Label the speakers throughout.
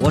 Speaker 1: 我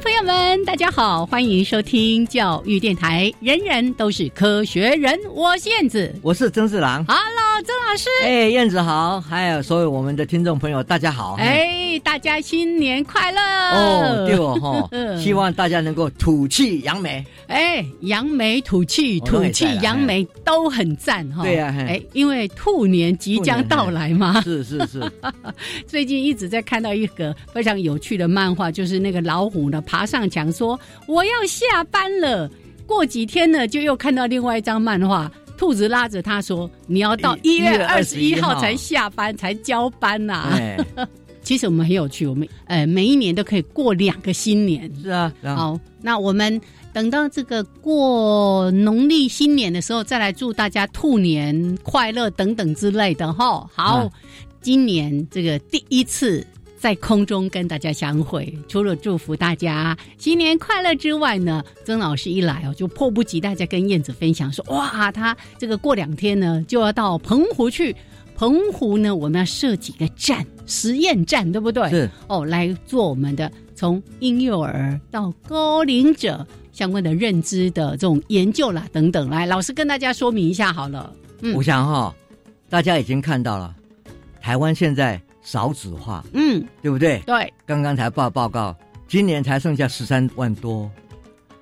Speaker 2: 朋友们，大家好，欢迎收听教育电台，人人都是科学人，我是燕子。
Speaker 1: 我是曾志郎。
Speaker 2: Hello，曾老师，
Speaker 1: 哎，燕子好，还有所有我们的听众朋友，大家好。
Speaker 2: 哎，大家新年快乐！
Speaker 1: 哦，对哦， 哈，
Speaker 2: 嗯
Speaker 1: 希望大家能够吐气扬眉。
Speaker 2: 哎，扬眉吐气，
Speaker 1: 哦都
Speaker 2: 吐
Speaker 1: 很
Speaker 2: 气
Speaker 1: 赞啊
Speaker 2: 扬眉都很赞哈。
Speaker 1: 对啊嘿
Speaker 2: 哎，因为兔年即将到来嘛，
Speaker 1: 是是是，
Speaker 2: 最近一直在看到一个非常有趣的漫画，就是那个老虎呢爬上墙说我要下班了，过几天呢就又看到另外一张漫画。兔子拉着他说：“你要到
Speaker 1: 一
Speaker 2: 一月二十一
Speaker 1: 21
Speaker 2: 号
Speaker 1: 号
Speaker 2: 才下班，才交班呐、
Speaker 1: 哎，
Speaker 2: 其实我们很有趣，我们呃每一年都可以过两个新年。
Speaker 1: 是啊，然后
Speaker 2: 好，那我们等到这个过农历新年的时候，再来祝大家兔年快乐等等之类的哈。好，
Speaker 1: 嗯
Speaker 2: 今年这个第一次。在空中跟大家相会，除了祝福大家新年快乐之外呢，曾老师一来哦，就迫不及待在跟燕子分享说，哇，他这个过两天呢就要到澎湖去，澎湖呢我们要设几个站，实验站，对不对？
Speaker 1: 是
Speaker 2: 哦来做我们的从婴幼儿到高龄者相关的认知的这种研究啦等等。来，老师跟大家说明一下好了。嗯
Speaker 1: 我想哈、大家已经看到了，台湾现在少子化，
Speaker 2: 嗯，
Speaker 1: 对不对？
Speaker 2: 对，
Speaker 1: 刚刚才报报告，今年才剩下十三万多，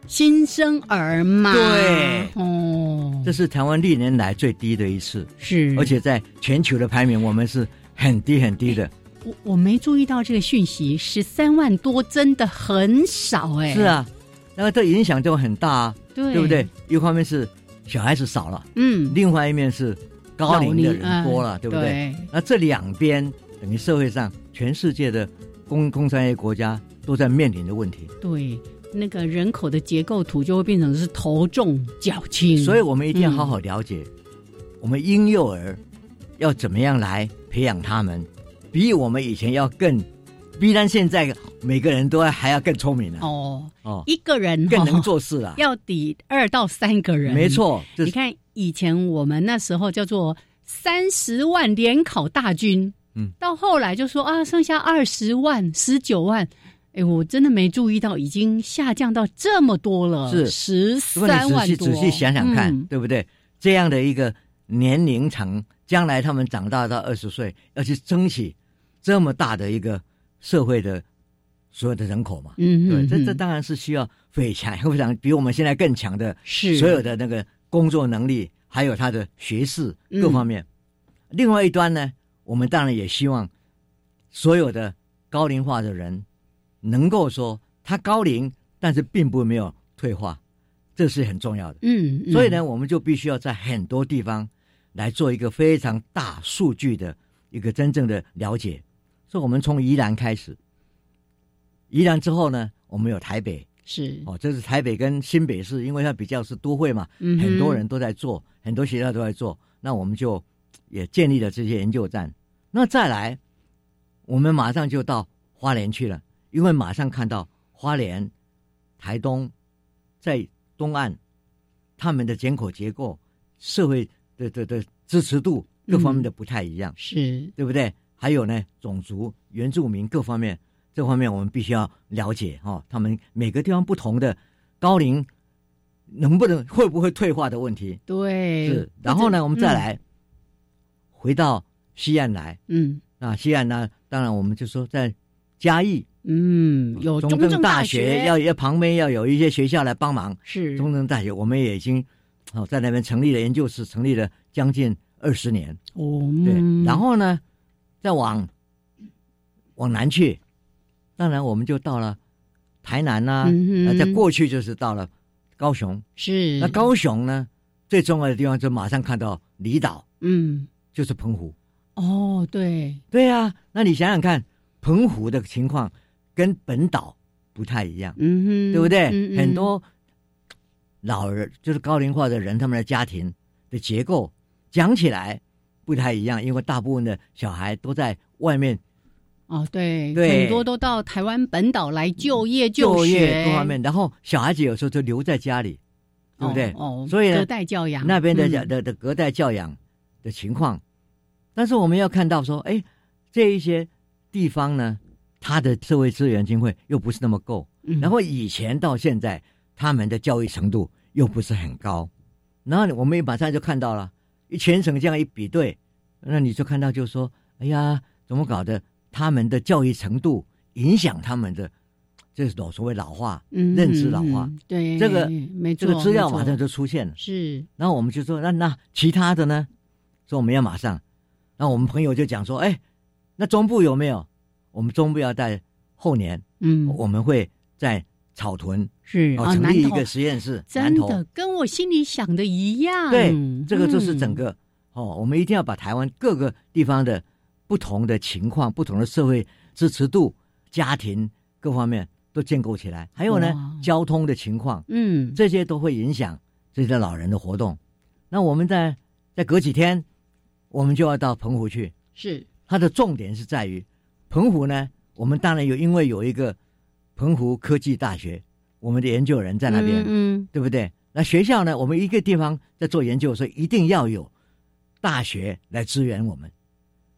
Speaker 2: 新生儿嘛，
Speaker 1: 对
Speaker 2: 哦，
Speaker 1: 这是台湾历年来最低的一次，
Speaker 2: 是，
Speaker 1: 而且在全球的排名，我们是很低很低的。
Speaker 2: 我我没注意到这个讯息，十三万多真的很少哎、
Speaker 1: 是，啊，那么这影响就很大啊，
Speaker 2: 对，
Speaker 1: 对不对？？一方面是小孩子少了，
Speaker 2: 嗯，
Speaker 1: 另外一面是高龄的
Speaker 2: 老
Speaker 1: 人
Speaker 2: 龄嗯
Speaker 1: 多了，对不对？
Speaker 2: 对？
Speaker 1: 那这两边等于社会上全世界的工工商业国家都在面临的问题，
Speaker 2: 对，那个人口的结构图就会变成是头重脚轻，
Speaker 1: 所以我们一定要好好了解，我们婴幼儿要怎么样来培养他们，比我们以前要更，比咱现在每个人都要还要更聪明了、哦
Speaker 2: 哦，一个人
Speaker 1: 更
Speaker 2: 哦
Speaker 1: 能做事了、
Speaker 2: 要抵二到三个人，
Speaker 1: 没。错，这
Speaker 2: 你
Speaker 1: 是
Speaker 2: 看以前我们那时候叫做三十万联考大军，
Speaker 1: 嗯，
Speaker 2: 到后来就说啊，剩下二十万、十九万。哎，我真的没注意到，已经下降到这么多了，
Speaker 1: 是
Speaker 2: 十
Speaker 1: 如果
Speaker 2: 三
Speaker 1: 你仔
Speaker 2: 万
Speaker 1: 细
Speaker 2: 多。
Speaker 1: 仔细想想看，
Speaker 2: 嗯
Speaker 1: 对不对？这样的一个年龄层，将来他们长大到二十岁，要去争取这么大的一个社会的所有的人口嘛？
Speaker 2: 嗯
Speaker 1: 对，
Speaker 2: 嗯，
Speaker 1: 这
Speaker 2: 嗯
Speaker 1: 这当然是需要非常非常比我们现在更强的
Speaker 2: 是
Speaker 1: 所有的那个工作能力，还有他的学识
Speaker 2: 嗯
Speaker 1: 各方面。另外一端呢，我们当然也希望所有的高龄化的人能够说他高龄，但是并不没有退化，这是很重要的。
Speaker 2: 嗯，嗯
Speaker 1: 所以，呢，我们就必须要在很多地方来做一个非常大数据的一个真正的了解。所以，我们从宜兰开始，宜兰之后呢，我们有台北，
Speaker 2: 是
Speaker 1: 哦，这是台北跟新北市，因为它比较是都会嘛，
Speaker 2: 嗯哼
Speaker 1: 很多人都在做，很多学校都在做。那我们就也建立了这些研究站。那再来，我们马上就到花莲去了，因为马上看到花莲、台东在东岸他们的人口结构、社会的的的支持度各方面的不太一样，
Speaker 2: 是
Speaker 1: 对不对？还有呢，种族、原住民各方面，这方面我们必须要了解哦，他们每个地方不同的高龄能不能会不会退化的问题。
Speaker 2: 对。
Speaker 1: 是，然后呢，我们再
Speaker 2: 嗯，
Speaker 1: 来、回到西岸来。
Speaker 2: 嗯，
Speaker 1: 那西岸呢，当然我们就说在嘉义
Speaker 2: 嗯，有
Speaker 1: 哦中
Speaker 2: 正
Speaker 1: 大
Speaker 2: 学
Speaker 1: 要要旁边要有一些学校来帮忙。
Speaker 2: 是
Speaker 1: 中正大学我们也已经哦在那边成立了研究室，成立了将近二十年。
Speaker 2: 哦，
Speaker 1: 对，
Speaker 2: 嗯
Speaker 1: 然后呢，再往往南去，当然我们就到了台南啦、
Speaker 2: 嗯
Speaker 1: 呃
Speaker 2: 哼
Speaker 1: 再过去就是到了高雄。
Speaker 2: 是
Speaker 1: 那高雄呢，最重要的地方就马上看到离岛，
Speaker 2: 嗯
Speaker 1: 就是澎湖。
Speaker 2: 哦对
Speaker 1: 对啊，那你想想看，澎湖的情况跟本岛不太一样，
Speaker 2: 嗯哼
Speaker 1: 对不对？
Speaker 2: 嗯嗯
Speaker 1: 很多老人就是高龄化的人，他们的家庭的结构讲起来不太一样，因为大部分的小孩都在外面
Speaker 2: 哦对
Speaker 1: 对
Speaker 2: 很多都到台湾本岛来就业
Speaker 1: 就业
Speaker 2: 学
Speaker 1: 各方面，然后小孩子有时候就留在家里，对不对？
Speaker 2: 哦，哦
Speaker 1: 所以呢
Speaker 2: 隔代教养
Speaker 1: 那边的、
Speaker 2: 嗯
Speaker 1: 的的隔代教养的情况，但是我们要看到说，哎，这一些地方呢，它的社会资源经费又不是那么够，
Speaker 2: 嗯
Speaker 1: 然后以前到现在，他们的教育程度又不是很高，然后我们也马上就看到了，一全省这样一比对，那你就看到就说，哎呀，怎么搞的？他们的教育程度影响他们的，这种所谓老化，
Speaker 2: 嗯
Speaker 1: 认知老化，
Speaker 2: 嗯对
Speaker 1: 这个
Speaker 2: 没
Speaker 1: 这
Speaker 2: 错
Speaker 1: 个资料
Speaker 2: 没错
Speaker 1: 马上就出现了。
Speaker 2: 是
Speaker 1: 然后我们就说，那那其他的呢？说我们要马上。然后我们朋友就讲说，哎，那中部有没有？我们中部要在后年，
Speaker 2: 嗯
Speaker 1: 我们会在草屯
Speaker 2: 是
Speaker 1: 哦
Speaker 2: 啊
Speaker 1: 成
Speaker 2: 南
Speaker 1: 立一
Speaker 2: 投
Speaker 1: 个实验室，南
Speaker 2: 真
Speaker 1: 投。
Speaker 2: 的跟我心里想的一样，
Speaker 1: 对，这个就是整
Speaker 2: 嗯
Speaker 1: 个、哦，我们一定要把台湾各个地方的不同的情况、不同的社会支持度、家庭各方面都建构起来。还有呢
Speaker 2: 哇，
Speaker 1: 交通的情况，
Speaker 2: 嗯
Speaker 1: 这些都会影响这些老人的活动。那我们在在隔几天，我们就要到澎湖去。
Speaker 2: 是
Speaker 1: 它的重点是在于澎湖呢，我们当然有，因为有一个澎湖科技大学，我们的研究人在那边，
Speaker 2: 嗯
Speaker 1: 对不对？那学校呢，我们一个地方在做研究，所以一定要有大学来支援我们，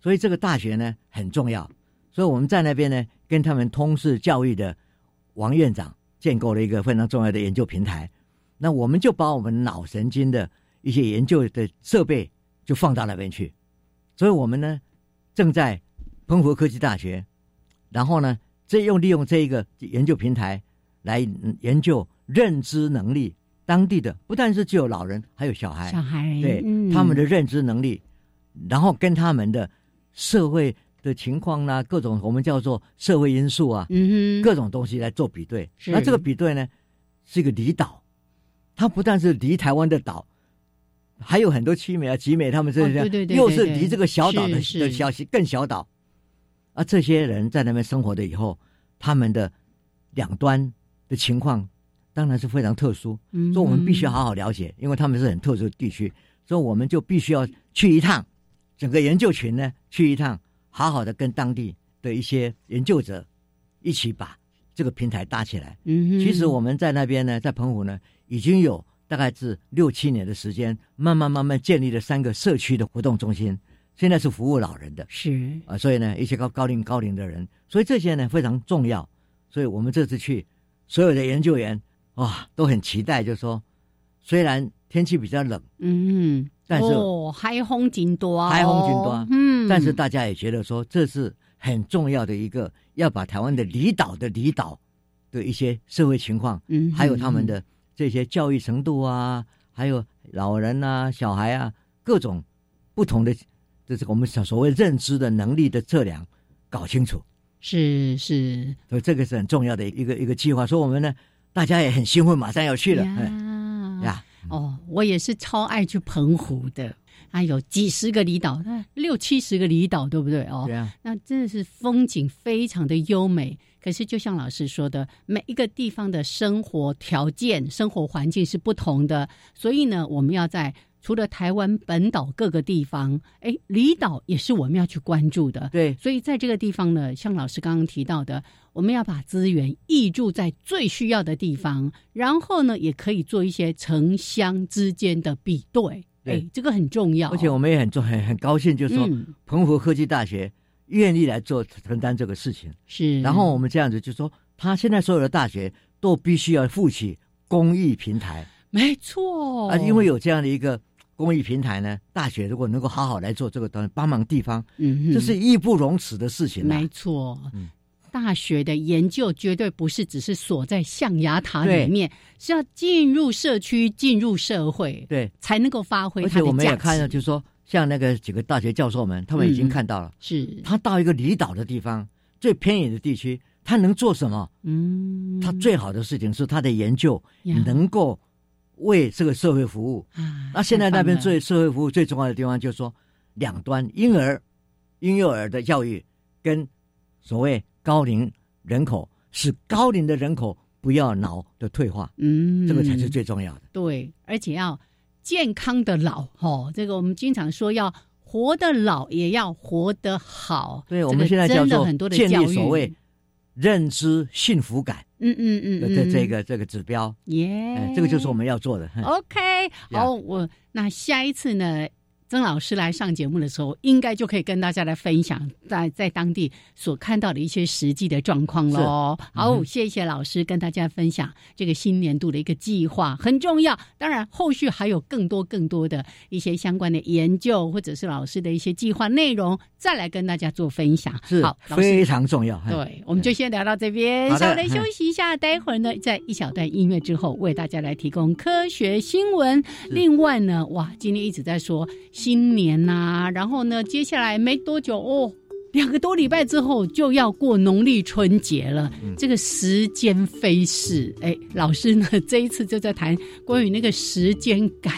Speaker 1: 所以这个大学呢很重要。所以我们在那边呢，跟他们通识教育的王院长建构了一个非常重要的研究平台。那我们就把我们脑神经的一些研究的设备就放到那边去，所以我们呢正在澎湖科技大学，然后呢，这用利用这一个研究平台来嗯研究认知能力，当地的不但是只有老人，还有小
Speaker 2: 嗯
Speaker 1: 孩，
Speaker 2: 小孩
Speaker 1: 哎对、
Speaker 2: 嗯
Speaker 1: 他们的认知能力，然后跟他们的社会的情况啦、各种我们叫做社会因素啊，
Speaker 2: 嗯哼
Speaker 1: 各种东西来做比对。
Speaker 2: 是
Speaker 1: 那这个比对呢，是一个离岛，它不但是离台湾的岛，还有很多七美啊、集美，他们这些、
Speaker 2: 哦对对对
Speaker 1: 又是
Speaker 2: 对对
Speaker 1: 离这个小岛的
Speaker 2: 是
Speaker 1: 的
Speaker 2: 是
Speaker 1: 小更小岛。啊，这些人在那边生活的以后，他们的两端的情况当然是非常特殊，
Speaker 2: 嗯
Speaker 1: 所以我们必须好好了解，因为他们是很特殊的地区，所以我们就必须要去一趟，整个研究群呢去一趟，好好的跟当地的一些研究者一起把这个平台搭起来。
Speaker 2: 嗯哼
Speaker 1: 其实我们在那边呢，在澎湖呢，已经有大概是六七年的时间，慢慢慢慢建立了三个社区的活动中心，现在是服务老人的
Speaker 2: 是
Speaker 1: 啊、所以呢，一些高高龄高龄的人，所以这些呢非常重要。所以我们这次去，所有的研究员哇、都很期待，就说虽然天气比较冷，
Speaker 2: 嗯哼，
Speaker 1: 但是
Speaker 2: 哦海风景多，
Speaker 1: 海风景多
Speaker 2: 嗯，
Speaker 1: 但是大家也觉得说这是很重要的一个，要把台湾的离岛的离岛的一些社会情况
Speaker 2: 嗯哼
Speaker 1: 还有他们的这些教育程度啊，还有老人啊、小孩啊，各种不同的，这是我们所所谓认知的能力的测量，搞清楚，
Speaker 2: 是是
Speaker 1: 所以这个是很重要的一个一个计划。所以我们呢，大家也很兴奋，马上要去了，哎
Speaker 2: 呀
Speaker 1: 呀，
Speaker 2: 哦，我也是超爱去澎湖的。啊，有几十个离岛，那六七十个离岛，对不对？哦，
Speaker 1: 对啊，
Speaker 2: 那真的是风景非常的优美。可是就像老师说的，每一个地方的生活条件、生活环境是不同的，所以呢，我们要在除了台湾本岛各个地方，哎，离岛也是我们要去关注的。
Speaker 1: 对
Speaker 2: 所以在这个地方呢，像老师刚刚提到的，我们要把资源挹注在最需要的地方，然后呢，也可以做一些城乡之间的比对。
Speaker 1: 对
Speaker 2: 哎，这个很重要。
Speaker 1: 而且我们也很重很很高兴，就是说、
Speaker 2: 嗯
Speaker 1: 澎湖科技大学愿意来做承担这个事情。
Speaker 2: 是，
Speaker 1: 然后我们这样子就说，他现在所有的大学都必须要负起公益平台。
Speaker 2: 没错
Speaker 1: 啊，因为有这样的一个公益平台呢，大学如果能够好好来做这个东西，帮忙地方，
Speaker 2: 嗯哼，
Speaker 1: 这是义不容辞的事情、啊。
Speaker 2: 没错。
Speaker 1: 嗯
Speaker 2: 大学的研究绝对不是只是锁在象牙塔
Speaker 1: 对
Speaker 2: 里面，是要进入社区、进入社会，
Speaker 1: 对，
Speaker 2: 才能够发挥
Speaker 1: 而
Speaker 2: 它
Speaker 1: 且
Speaker 2: 的
Speaker 1: 我们也
Speaker 2: 价
Speaker 1: 看到，
Speaker 2: 值。
Speaker 1: 就是说像那个几个大学教授们，他们已
Speaker 2: 嗯
Speaker 1: 经看到了，
Speaker 2: 是，
Speaker 1: 他到一个离岛的地方，最偏远的地区，他能做什么？
Speaker 2: 嗯，
Speaker 1: 他最好的事情是他的研究
Speaker 2: 呀
Speaker 1: 能够为这个社会服务。
Speaker 2: 啊，
Speaker 1: 那现在
Speaker 2: 太棒
Speaker 1: 那边
Speaker 2: 了
Speaker 1: 最社会服务最重要的地方，就是说两端婴儿、婴幼儿的教育跟所谓高龄人口，使高龄的人口不要脑的退化，
Speaker 2: 嗯，
Speaker 1: 这个才是最重要的。
Speaker 2: 对，而且要健康的老哦，这个我们经常说要活得老，也要活得好。
Speaker 1: 对
Speaker 2: 这
Speaker 1: 我们
Speaker 2: 个
Speaker 1: 现在叫
Speaker 2: 真的
Speaker 1: 做
Speaker 2: 很多的
Speaker 1: 建
Speaker 2: 教
Speaker 1: 立
Speaker 2: 育
Speaker 1: 所谓认知幸福感
Speaker 2: 嗯嗯嗯
Speaker 1: 的
Speaker 2: 嗯，
Speaker 1: 这这个这个指标，
Speaker 2: 耶、
Speaker 1: 哎，这个就是我们要做的。嗯哼
Speaker 2: OK，好，我那下一次呢，曾老师来上节目的时候，应该就可以跟大家来分享在在当地所看到的一些实际的状况喽。
Speaker 1: 嗯
Speaker 2: 好，谢谢老师跟大家分享这个新年度的一个计划，很重要。当然，后续还有更多更多的一些相关的研究，或者是老师的一些计划内容，再来跟大家做分享。
Speaker 1: 是
Speaker 2: 好，老师
Speaker 1: 非。常嗯重要。哼
Speaker 2: 对，我们就先聊到这边，
Speaker 1: 好的嗯
Speaker 2: 稍微休息一下，待会儿呢，在一小段音乐之后，为大家来提供科学新闻。另外呢，哇，今天一直在说新年呐、然后呢，接下来没多久哦。两个多礼拜之后就要过农历春节了，
Speaker 1: 嗯
Speaker 2: 这个时间飞逝。哎，老师呢这一次就在谈关于那个时间感、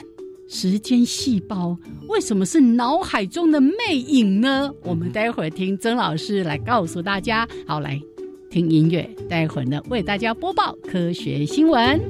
Speaker 2: 时间细胞，为什么是脑海中的魅影呢？我们待会儿听曾老师来告诉大家。好，来听音乐，待会儿呢为大家播报科学新闻。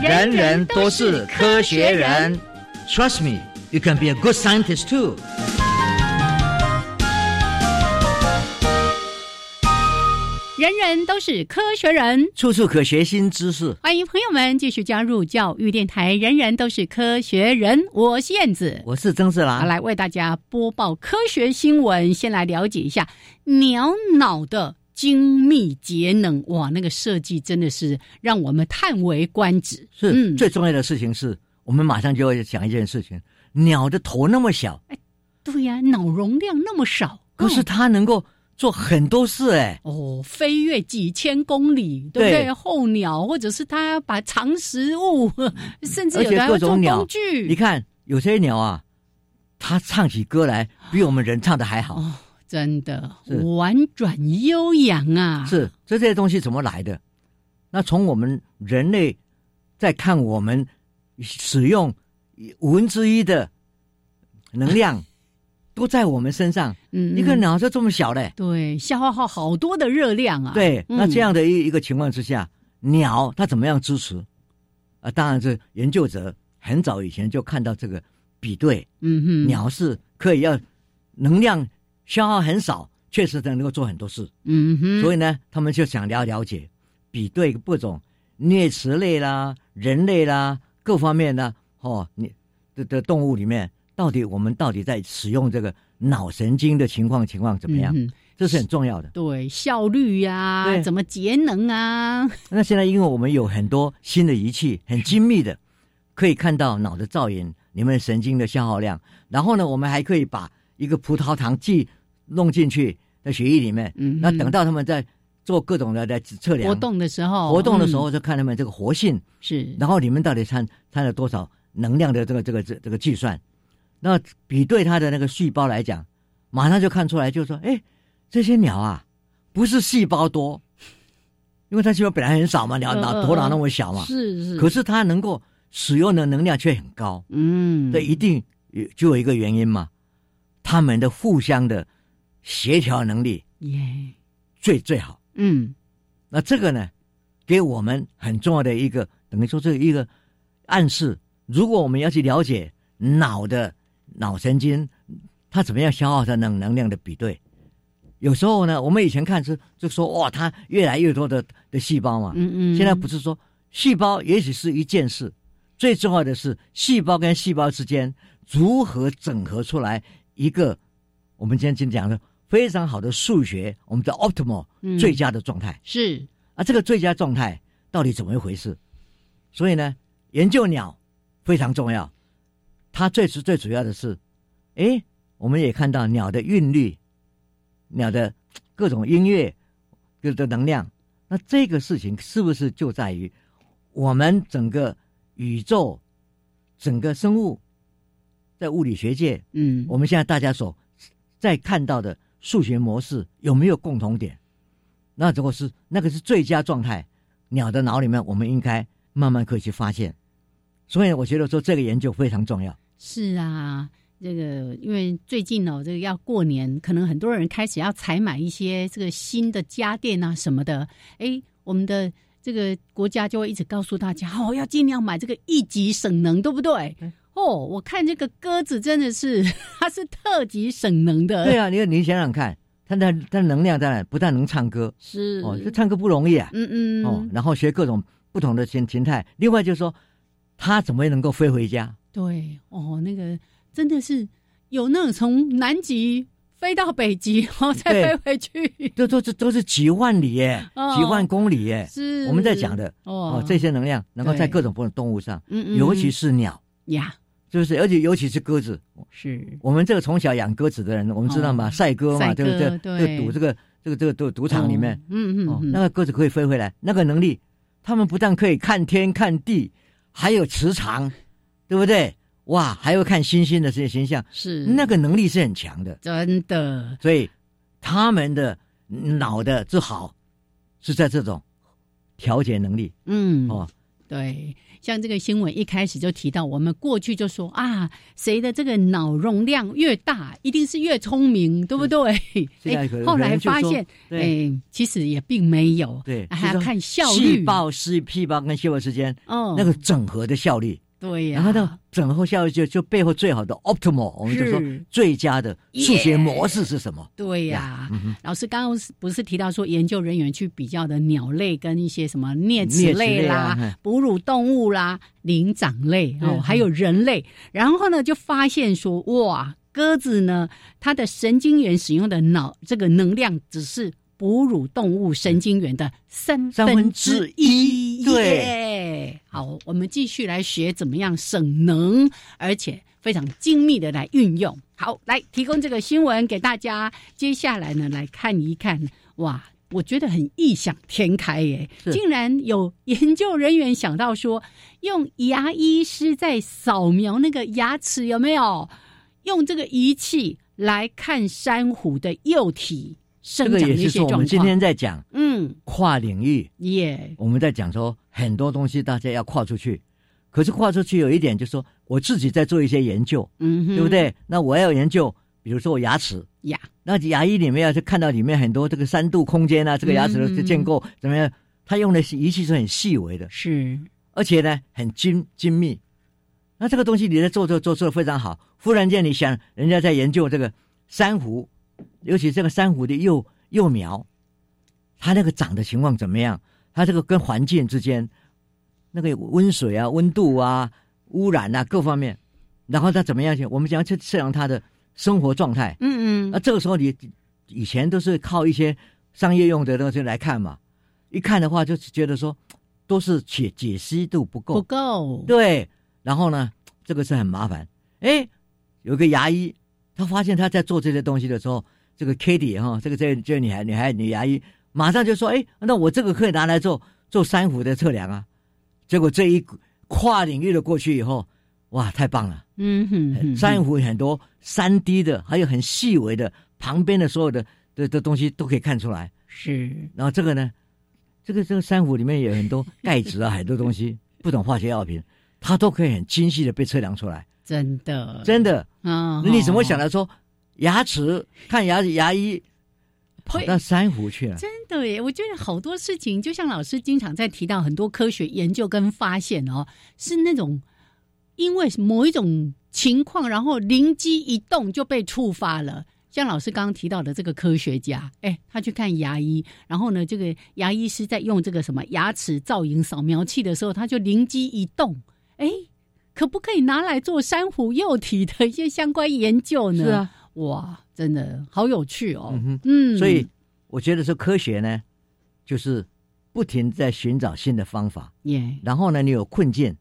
Speaker 1: 人人都是科学人。Trust me, you can be a good scientist too.
Speaker 2: 人人都是科学人。
Speaker 1: 处处可学新知识。
Speaker 2: 欢迎朋友们继续加入教育电台，人人都是科学人，我是燕子。
Speaker 1: 我是曾志
Speaker 2: 好，
Speaker 1: 郎。
Speaker 2: 来为大家播报科学新闻。先来了解一下鸟脑的精密节能，哇，那个设计真的是让我们叹为观止。嗯
Speaker 1: 是、最重要的事情是，我们马上就要讲一件事情：鸟的头那么小，
Speaker 2: 哦对呀、脑容量那么少，
Speaker 1: 可是
Speaker 2: 嗯
Speaker 1: 它能够做很多事哎、
Speaker 2: 哦，飞越几千公里，对不对？
Speaker 1: 对
Speaker 2: 候鸟，或者是它把藏食物，甚至有
Speaker 1: 嗯而且
Speaker 2: 的还会
Speaker 1: 各种
Speaker 2: 做
Speaker 1: 鸟
Speaker 2: 工
Speaker 1: 你
Speaker 2: 具，
Speaker 1: 看有些鸟啊，它唱起歌来比我们人唱的还好。
Speaker 2: 哦真的
Speaker 1: 是
Speaker 2: 婉转悠扬啊！
Speaker 1: 是这些东西怎么来的？那从我们人类在看我们使用五分之一的能 量，都在我们身上。
Speaker 2: 嗯，
Speaker 1: 一个
Speaker 2: 嗯
Speaker 1: 鸟就这么小嘞、
Speaker 2: 对消耗好多的热量啊！，
Speaker 1: 对，那
Speaker 2: 嗯
Speaker 1: 这样的一一个情况之下，鸟它怎么样支持？啊，当然是研究者很早以前就看到这个比对，
Speaker 2: 嗯哼，，
Speaker 1: 鸟是可以要能量消耗很少，确实能够做很多事。
Speaker 2: 嗯哼，
Speaker 1: 所
Speaker 2: 以
Speaker 1: 以呢，他们就想了了解，比对各种啮齿类啦、人类啦各方面呢，哦，你的的动物里面，到底我们到底在使用这个脑神经的情况情况怎么样？
Speaker 2: 嗯哼、
Speaker 1: 这是很重要的。
Speaker 2: 对，效率呀、
Speaker 1: 对
Speaker 2: 怎么节能啊？
Speaker 1: 那现在因为我们有很多新的仪器，很精密的，可以看到脑的造影、你们神经的消耗量。然后呢，我们还可以把一个葡萄糖剂弄进去在血液里面。
Speaker 2: 嗯哼，
Speaker 1: 那等到他们在做各种的来测量
Speaker 2: 活动的时候，
Speaker 1: 活动的时候
Speaker 2: 嗯、
Speaker 1: 就看他们这个活性，
Speaker 2: 是，
Speaker 1: 然后里面到底掺掺了多少能量的这个这个这这个计算，那比对它的那个细胞来讲，马上就看出来，就说，哎，这些鸟啊，不是细胞多，因为它细胞本来很少嘛，鸟
Speaker 2: 嗯
Speaker 1: 脑
Speaker 2: 嗯
Speaker 1: 头脑
Speaker 2: 嗯
Speaker 1: 那么小嘛，
Speaker 2: 是是，
Speaker 1: 可是它能够使用的能量却很高，
Speaker 2: 嗯，
Speaker 1: 这一定有就有一个原因嘛，它们的互相的协调能力
Speaker 2: 耶，
Speaker 1: 最最好。
Speaker 2: 嗯
Speaker 1: 那这个呢，给我们很重要的一个，等于说这一个暗示。如果我们要去了解脑的脑神经，它怎么样消耗它能能量的比对，有时候呢，我们以前看是就说哇，它越来越多的的细胞嘛，
Speaker 2: 嗯嗯，
Speaker 1: 现在不是说细胞也许是一件事，最重要的是细胞跟细胞之间如何整合出来一个我们今天今天讲的非常好的数学，我们的 optimal
Speaker 2: 嗯
Speaker 1: 最佳的状态。
Speaker 2: 是，
Speaker 1: 啊，这个最佳状态到底怎么一回事？所以呢，研究鸟非常重要。它最主最主要的是，诶，我们也看到鸟的韵律、鸟的嘖各种音乐、各的能量。那这个事情是不是就在于我们整个宇宙、整个生物，在物理学界，
Speaker 2: 嗯，
Speaker 1: 我们现在大家所在看到的数学模式有没有共同点？那如果是那个是最佳状态，鸟的脑里面，我们应该慢慢可以去发现。所以我觉得说这个研究非常重要。
Speaker 2: 是啊，这个因为最近哦，这个要过年，可能很多人开始要采买一些这个新的家电啊什么的。哎，我们的这个国家就会一直告诉大家，哦，要尽量买这个一级省能，对不对？
Speaker 1: 对
Speaker 2: 哦，我看这个鸽子真的是， 它是特级省能的，
Speaker 1: 对啊，你你想想看，它的它的能量当然不但能唱歌
Speaker 2: 是，
Speaker 1: 哦，这唱歌不容易啊
Speaker 2: 嗯嗯，
Speaker 1: 哦，然后学各种不同的形形态。另外就是说，它怎么能够飞回家？
Speaker 2: 对，哦，那个真的是有那种从南极飞到北极，然后再
Speaker 1: 对
Speaker 2: 飞回去，
Speaker 1: 这都是都是几万里耶，
Speaker 2: 哦
Speaker 1: 几万公里耶。
Speaker 2: 是
Speaker 1: 我们在讲的
Speaker 2: 哦
Speaker 1: 哦，这些能量能够在
Speaker 2: 对
Speaker 1: 各种不同的动物上，
Speaker 2: 嗯嗯，
Speaker 1: 尤其
Speaker 2: 嗯
Speaker 1: 是鸟，
Speaker 2: 呀，
Speaker 1: 是不是？而且尤其是鸽子，
Speaker 2: 是
Speaker 1: 我们这个从小养鸽子的人，我们知道嘛，
Speaker 2: 哦
Speaker 1: 赛鸽嘛，
Speaker 2: 赛
Speaker 1: 对不对？
Speaker 2: 鸽对
Speaker 1: 这赌这个这个这个赌赌场里面，，
Speaker 2: 嗯嗯
Speaker 1: 哦
Speaker 2: 嗯，，
Speaker 1: 那个鸽子可以飞回来，那个能力，他们不但可以看天看地，还有磁场，对不对？哇，还要看星星的这些形象，
Speaker 2: 是
Speaker 1: 那个能力是很强的，
Speaker 2: 真的
Speaker 1: 所以他们的脑的之好是在这种调节能力
Speaker 2: 嗯
Speaker 1: 哦，
Speaker 2: 对，像这个新闻一开始就提到，我们过去就说啊，谁的这个脑容量越大，一定是越聪明，对不对？哎
Speaker 1: 现在可能
Speaker 2: 后来
Speaker 1: 人就
Speaker 2: 发
Speaker 1: 说
Speaker 2: 现，
Speaker 1: 对
Speaker 2: 哎，其实也并没有，啊
Speaker 1: 对，
Speaker 2: 还
Speaker 1: 就
Speaker 2: 要
Speaker 1: 是
Speaker 2: 看效
Speaker 1: 细
Speaker 2: 率。
Speaker 1: 胞、细细胞跟细胞之间
Speaker 2: 哦，
Speaker 1: 那个整合的效率。
Speaker 2: 对呀、
Speaker 1: 然后呢，整合效益就就背后最好的 optimal，我们就说
Speaker 2: 是
Speaker 1: 最佳的数学模式是什么？
Speaker 2: 对呀、
Speaker 1: 嗯哼
Speaker 2: 老师刚刚是不是提到说，研究人员去比较的鸟类跟一些什么啮齿类啦、
Speaker 1: 啮齿类啊嗯
Speaker 2: 哺乳动物啦、灵长类
Speaker 1: 对
Speaker 2: 哦，还有人类，然后呢就发现说，哇，鸽子呢，它的神经元使用的脑这个能量只是哺乳动物神经元的三
Speaker 1: 三
Speaker 2: 分
Speaker 1: 分
Speaker 2: 之
Speaker 1: 之
Speaker 2: 一，
Speaker 1: 一对
Speaker 2: 耶好，我们继续来学怎么样省能，而且非常精密的来运用。好，来提供这个新闻给大家。接下来呢，来看一看，哇，我觉得很异想天开耶，
Speaker 1: 是
Speaker 2: 竟然有研究人员想到说，用牙医师在扫描那个牙齿有没有，用这个仪器来看珊瑚的幼体生
Speaker 1: 这
Speaker 2: 长的
Speaker 1: 个也
Speaker 2: 一
Speaker 1: 是
Speaker 2: 些状
Speaker 1: 说我
Speaker 2: 况。
Speaker 1: 们今天在讲
Speaker 2: 嗯，
Speaker 1: 跨领域，
Speaker 2: 耶，
Speaker 1: 我们在讲说很多东西大家要跨出去，可是跨出去有一点就是说我自己在做一些研究，
Speaker 2: 嗯哼，
Speaker 1: 对不？对？那我要研究，比如说我牙齿，
Speaker 2: 呀，
Speaker 1: 那牙医里面要是看到里面很多这个三度空间啊，这个牙齿
Speaker 2: 嗯
Speaker 1: 的结构怎么样？他用的是仪器是很细微的，
Speaker 2: 是
Speaker 1: 而且呢很精精密。那这个东西你在做做做做的非常好，忽然间你想人家在研究这个珊瑚，尤其这个珊瑚的幼幼苗，它那个长的情况怎么样？它这个跟环境之间那个温水啊、温度啊、污染啊各方面，然后它怎么样去？我们想要去测量它的生活状态。
Speaker 2: 嗯
Speaker 1: 那
Speaker 2: 嗯，
Speaker 1: 这个时候你以前都是靠一些商业用的东西来看嘛，一看的话就觉得说都是解解析度不够，
Speaker 2: 不够，
Speaker 1: 对，然后呢，这个是很麻烦。哎，有个牙医，他发现他在做这些东西的时候，这个 Kitty 哈，这个这个这个女孩女孩女牙医，马上就说：“哎，那我这个可以拿来做做珊瑚的测量啊。”结果这一跨领域的过去以后，哇，太棒了！
Speaker 2: 嗯哼哼，
Speaker 1: 珊瑚很多三 D 的，还有很细微的，旁边的所有的的的东西都可以看出来。
Speaker 2: 是
Speaker 1: 然后这个呢，这个这个珊瑚里面有很多钙质啊，很多东西，不懂化学药品，它都可以很精细的被测量出来。
Speaker 2: 真的，
Speaker 1: 真的，
Speaker 2: 啊，
Speaker 1: 你怎么想
Speaker 2: 的？
Speaker 1: 到说牙齿看牙牙医跑
Speaker 2: 会
Speaker 1: 到珊瑚去了？
Speaker 2: 真的耶，我觉得好多事情，就像老师经常在提到很多科学研究跟发现哦，是那种因为某一种情况，然后灵机一动就被触发了。像老师刚刚提到的这个科学家，哎，他去看牙医，然后呢，这个牙医师在用这个什么牙齿造影扫描器的时候，他就灵机一动，哎，可不可以拿来做珊瑚幼体的一 些相关研究呢？
Speaker 1: 是，啊，
Speaker 2: 哇，真的好有趣哦
Speaker 1: 嗯。哼。
Speaker 2: 嗯，
Speaker 1: 所以我觉得说科学呢，就是不停在寻找新的方法。
Speaker 2: 耶
Speaker 1: 然后呢，你有困境，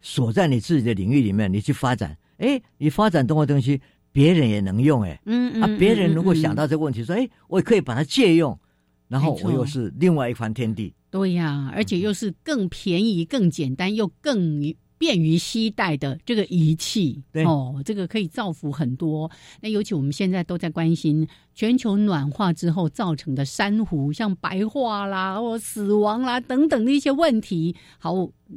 Speaker 1: 锁在你自己的领域里面，你去发展。哎，你发展东的东西，别人也能用。哎，
Speaker 2: 嗯
Speaker 1: 啊，别人如果想
Speaker 2: 到。嗯嗯
Speaker 1: 到这个问题，说，哎，我可以把它借用，然后
Speaker 2: 没错
Speaker 1: 我又是另外一番天地。
Speaker 2: 对呀、而且又是更便宜、更简单又更便于携带的这个仪器。
Speaker 1: 对
Speaker 2: 哦，这个可以造福很多。那尤其我们现在都在关心全球暖化之后造成的珊瑚，像白化啦、或死亡啦等等的一些问题。好，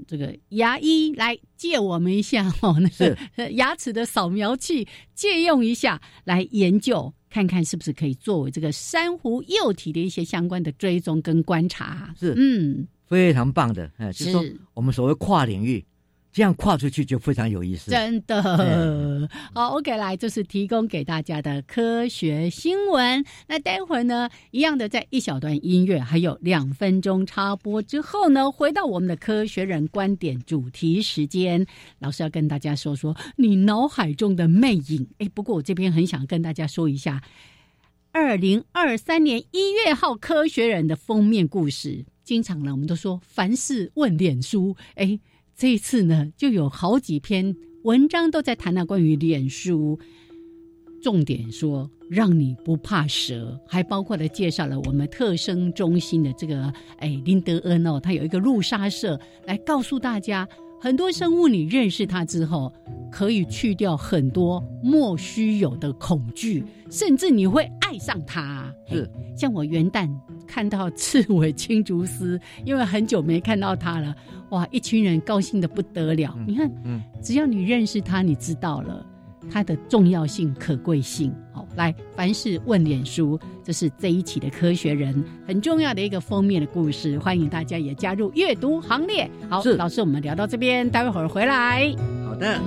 Speaker 2: 这个牙医来借我们一下哦，那个 牙齿的扫描器借用一下来研究。看看是不是可以作为这个珊瑚幼体的一些相关的追踪跟观察。
Speaker 1: 是
Speaker 2: 嗯，
Speaker 1: 非常棒的，哎，就是是说我们所谓跨领域，这样跨出去就非常有意思。
Speaker 2: 真的。好，OK，来，这是提供给大家的科学新闻。那待会儿呢，一样的，在一小段音乐还有两分钟插播之后呢，回到我们的科学人观点主题时间，老师要跟大家说说你脑海中的魅影。哎，不过我这边很想跟大家说一下。二零二三年一月号《科学人》的封面故事，经常呢，我们都说凡事问脸书，哎，这一次呢，就有好几篇文章都在谈到关于脸书，重点说让你不怕蛇，还包括了介绍了我们特生中心的这个哎林德恩哦，他有一个入沙社来告诉大家。很多生物，你认识它之后，可以去掉很多莫须有的恐惧，甚至你会爱上它。
Speaker 1: 是
Speaker 2: 像我元旦看到刺猬青竹丝，因为很久没看到它了，哇，一群人高兴的不得了。
Speaker 1: 嗯
Speaker 2: 你看，
Speaker 1: 嗯，
Speaker 2: 只要你认识它，你知道了它的重要性、可贵性。好，来，凡事问脸书，这是这一期的《科学人》很重要的一个封面的故事，欢迎大家也加入阅读行列。好，
Speaker 1: 是
Speaker 2: 老师，我们聊到这边，待会儿回来。
Speaker 1: 好的。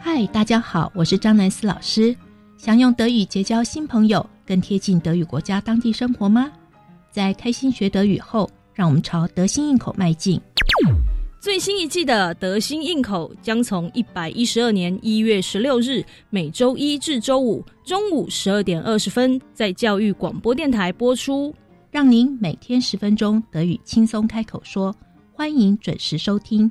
Speaker 3: 嗨，大家好，我是张南思老师。想用德语结交新朋友，更贴近德语国家当地生活吗？在开心学德语后，让我们朝德心应口迈进。
Speaker 4: 最新一季的德心应口将从一百一十二年一月十六日每周一至周五中午十二点二十分在教育广播电台播出。
Speaker 3: 让您每天十分钟德语轻松开口说，欢迎准时收听。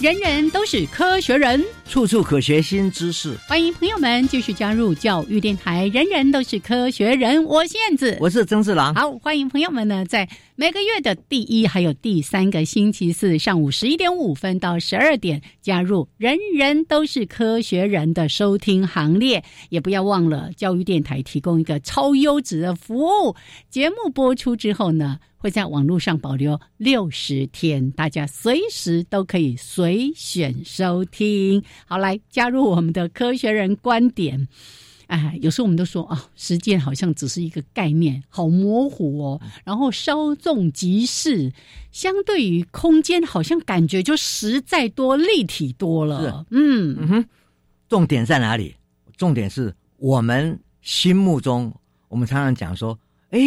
Speaker 2: 人人都是科学人。
Speaker 1: 处处可学新知识。
Speaker 2: 欢迎朋友们继续加入教育电台，人人都是科学人。我是燕子，
Speaker 1: 我是曾志郎。
Speaker 2: 好，欢迎朋友们呢，在每个月的第一还有第三个星期四上午十一点五分到十二点，加入“人人都是科学人”的收听行列。也不要忘了，教育电台提供一个超优质的服务。节目播出之后呢，会在网络上保留六十天，大家随时都可以随选收听。好，来加入我们的科学人观点。哎，有时候我们都说啊、实践好像只是一个概念，好模糊哦。
Speaker 1: 嗯
Speaker 2: 然后稍纵即逝，相对于空间，好像感觉就实在多、立体多了。嗯，
Speaker 1: 嗯哼，重点在哪里？重点是我们心目中，我们常常讲说，哎，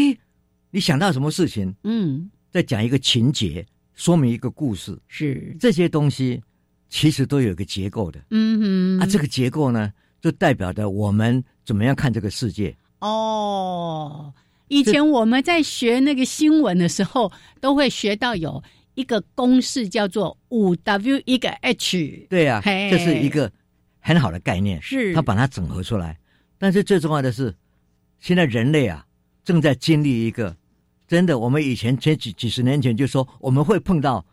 Speaker 1: 你想到什么事情，
Speaker 2: 嗯，
Speaker 1: 再讲一个情节，说明一个故事，
Speaker 2: 是，
Speaker 1: 这些东西其实都有一个结构的。
Speaker 2: 嗯哼，
Speaker 1: 啊，这个结构呢，就代表着我们怎么样看这个世界。
Speaker 2: 哦，以前我们在学那个新闻的时候，都会学到有一个公式叫做五 W 一个 H，
Speaker 1: 对呀、啊，
Speaker 2: 嘿
Speaker 1: 这是一个很好的概念，
Speaker 2: 是
Speaker 1: 它把它整合出来。但是最重要的是，现在人类啊，正在经历一个真的，我们以前前几几十年前就说我们会碰到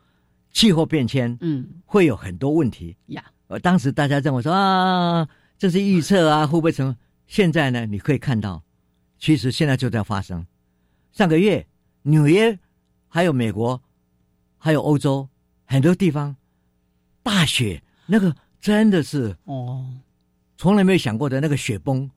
Speaker 1: 气候变迁，
Speaker 2: 嗯
Speaker 1: 会有很多问题。
Speaker 2: 呀，
Speaker 1: 呃，当时大家认为说啊，这是预测啊，会不会成？现在呢，你可以看到，其实现在就在发生。上个月，纽约、还有美国、还有欧洲很多地方，大雪，那个真的是
Speaker 2: 哦。
Speaker 1: 从来没有想过的那个雪崩。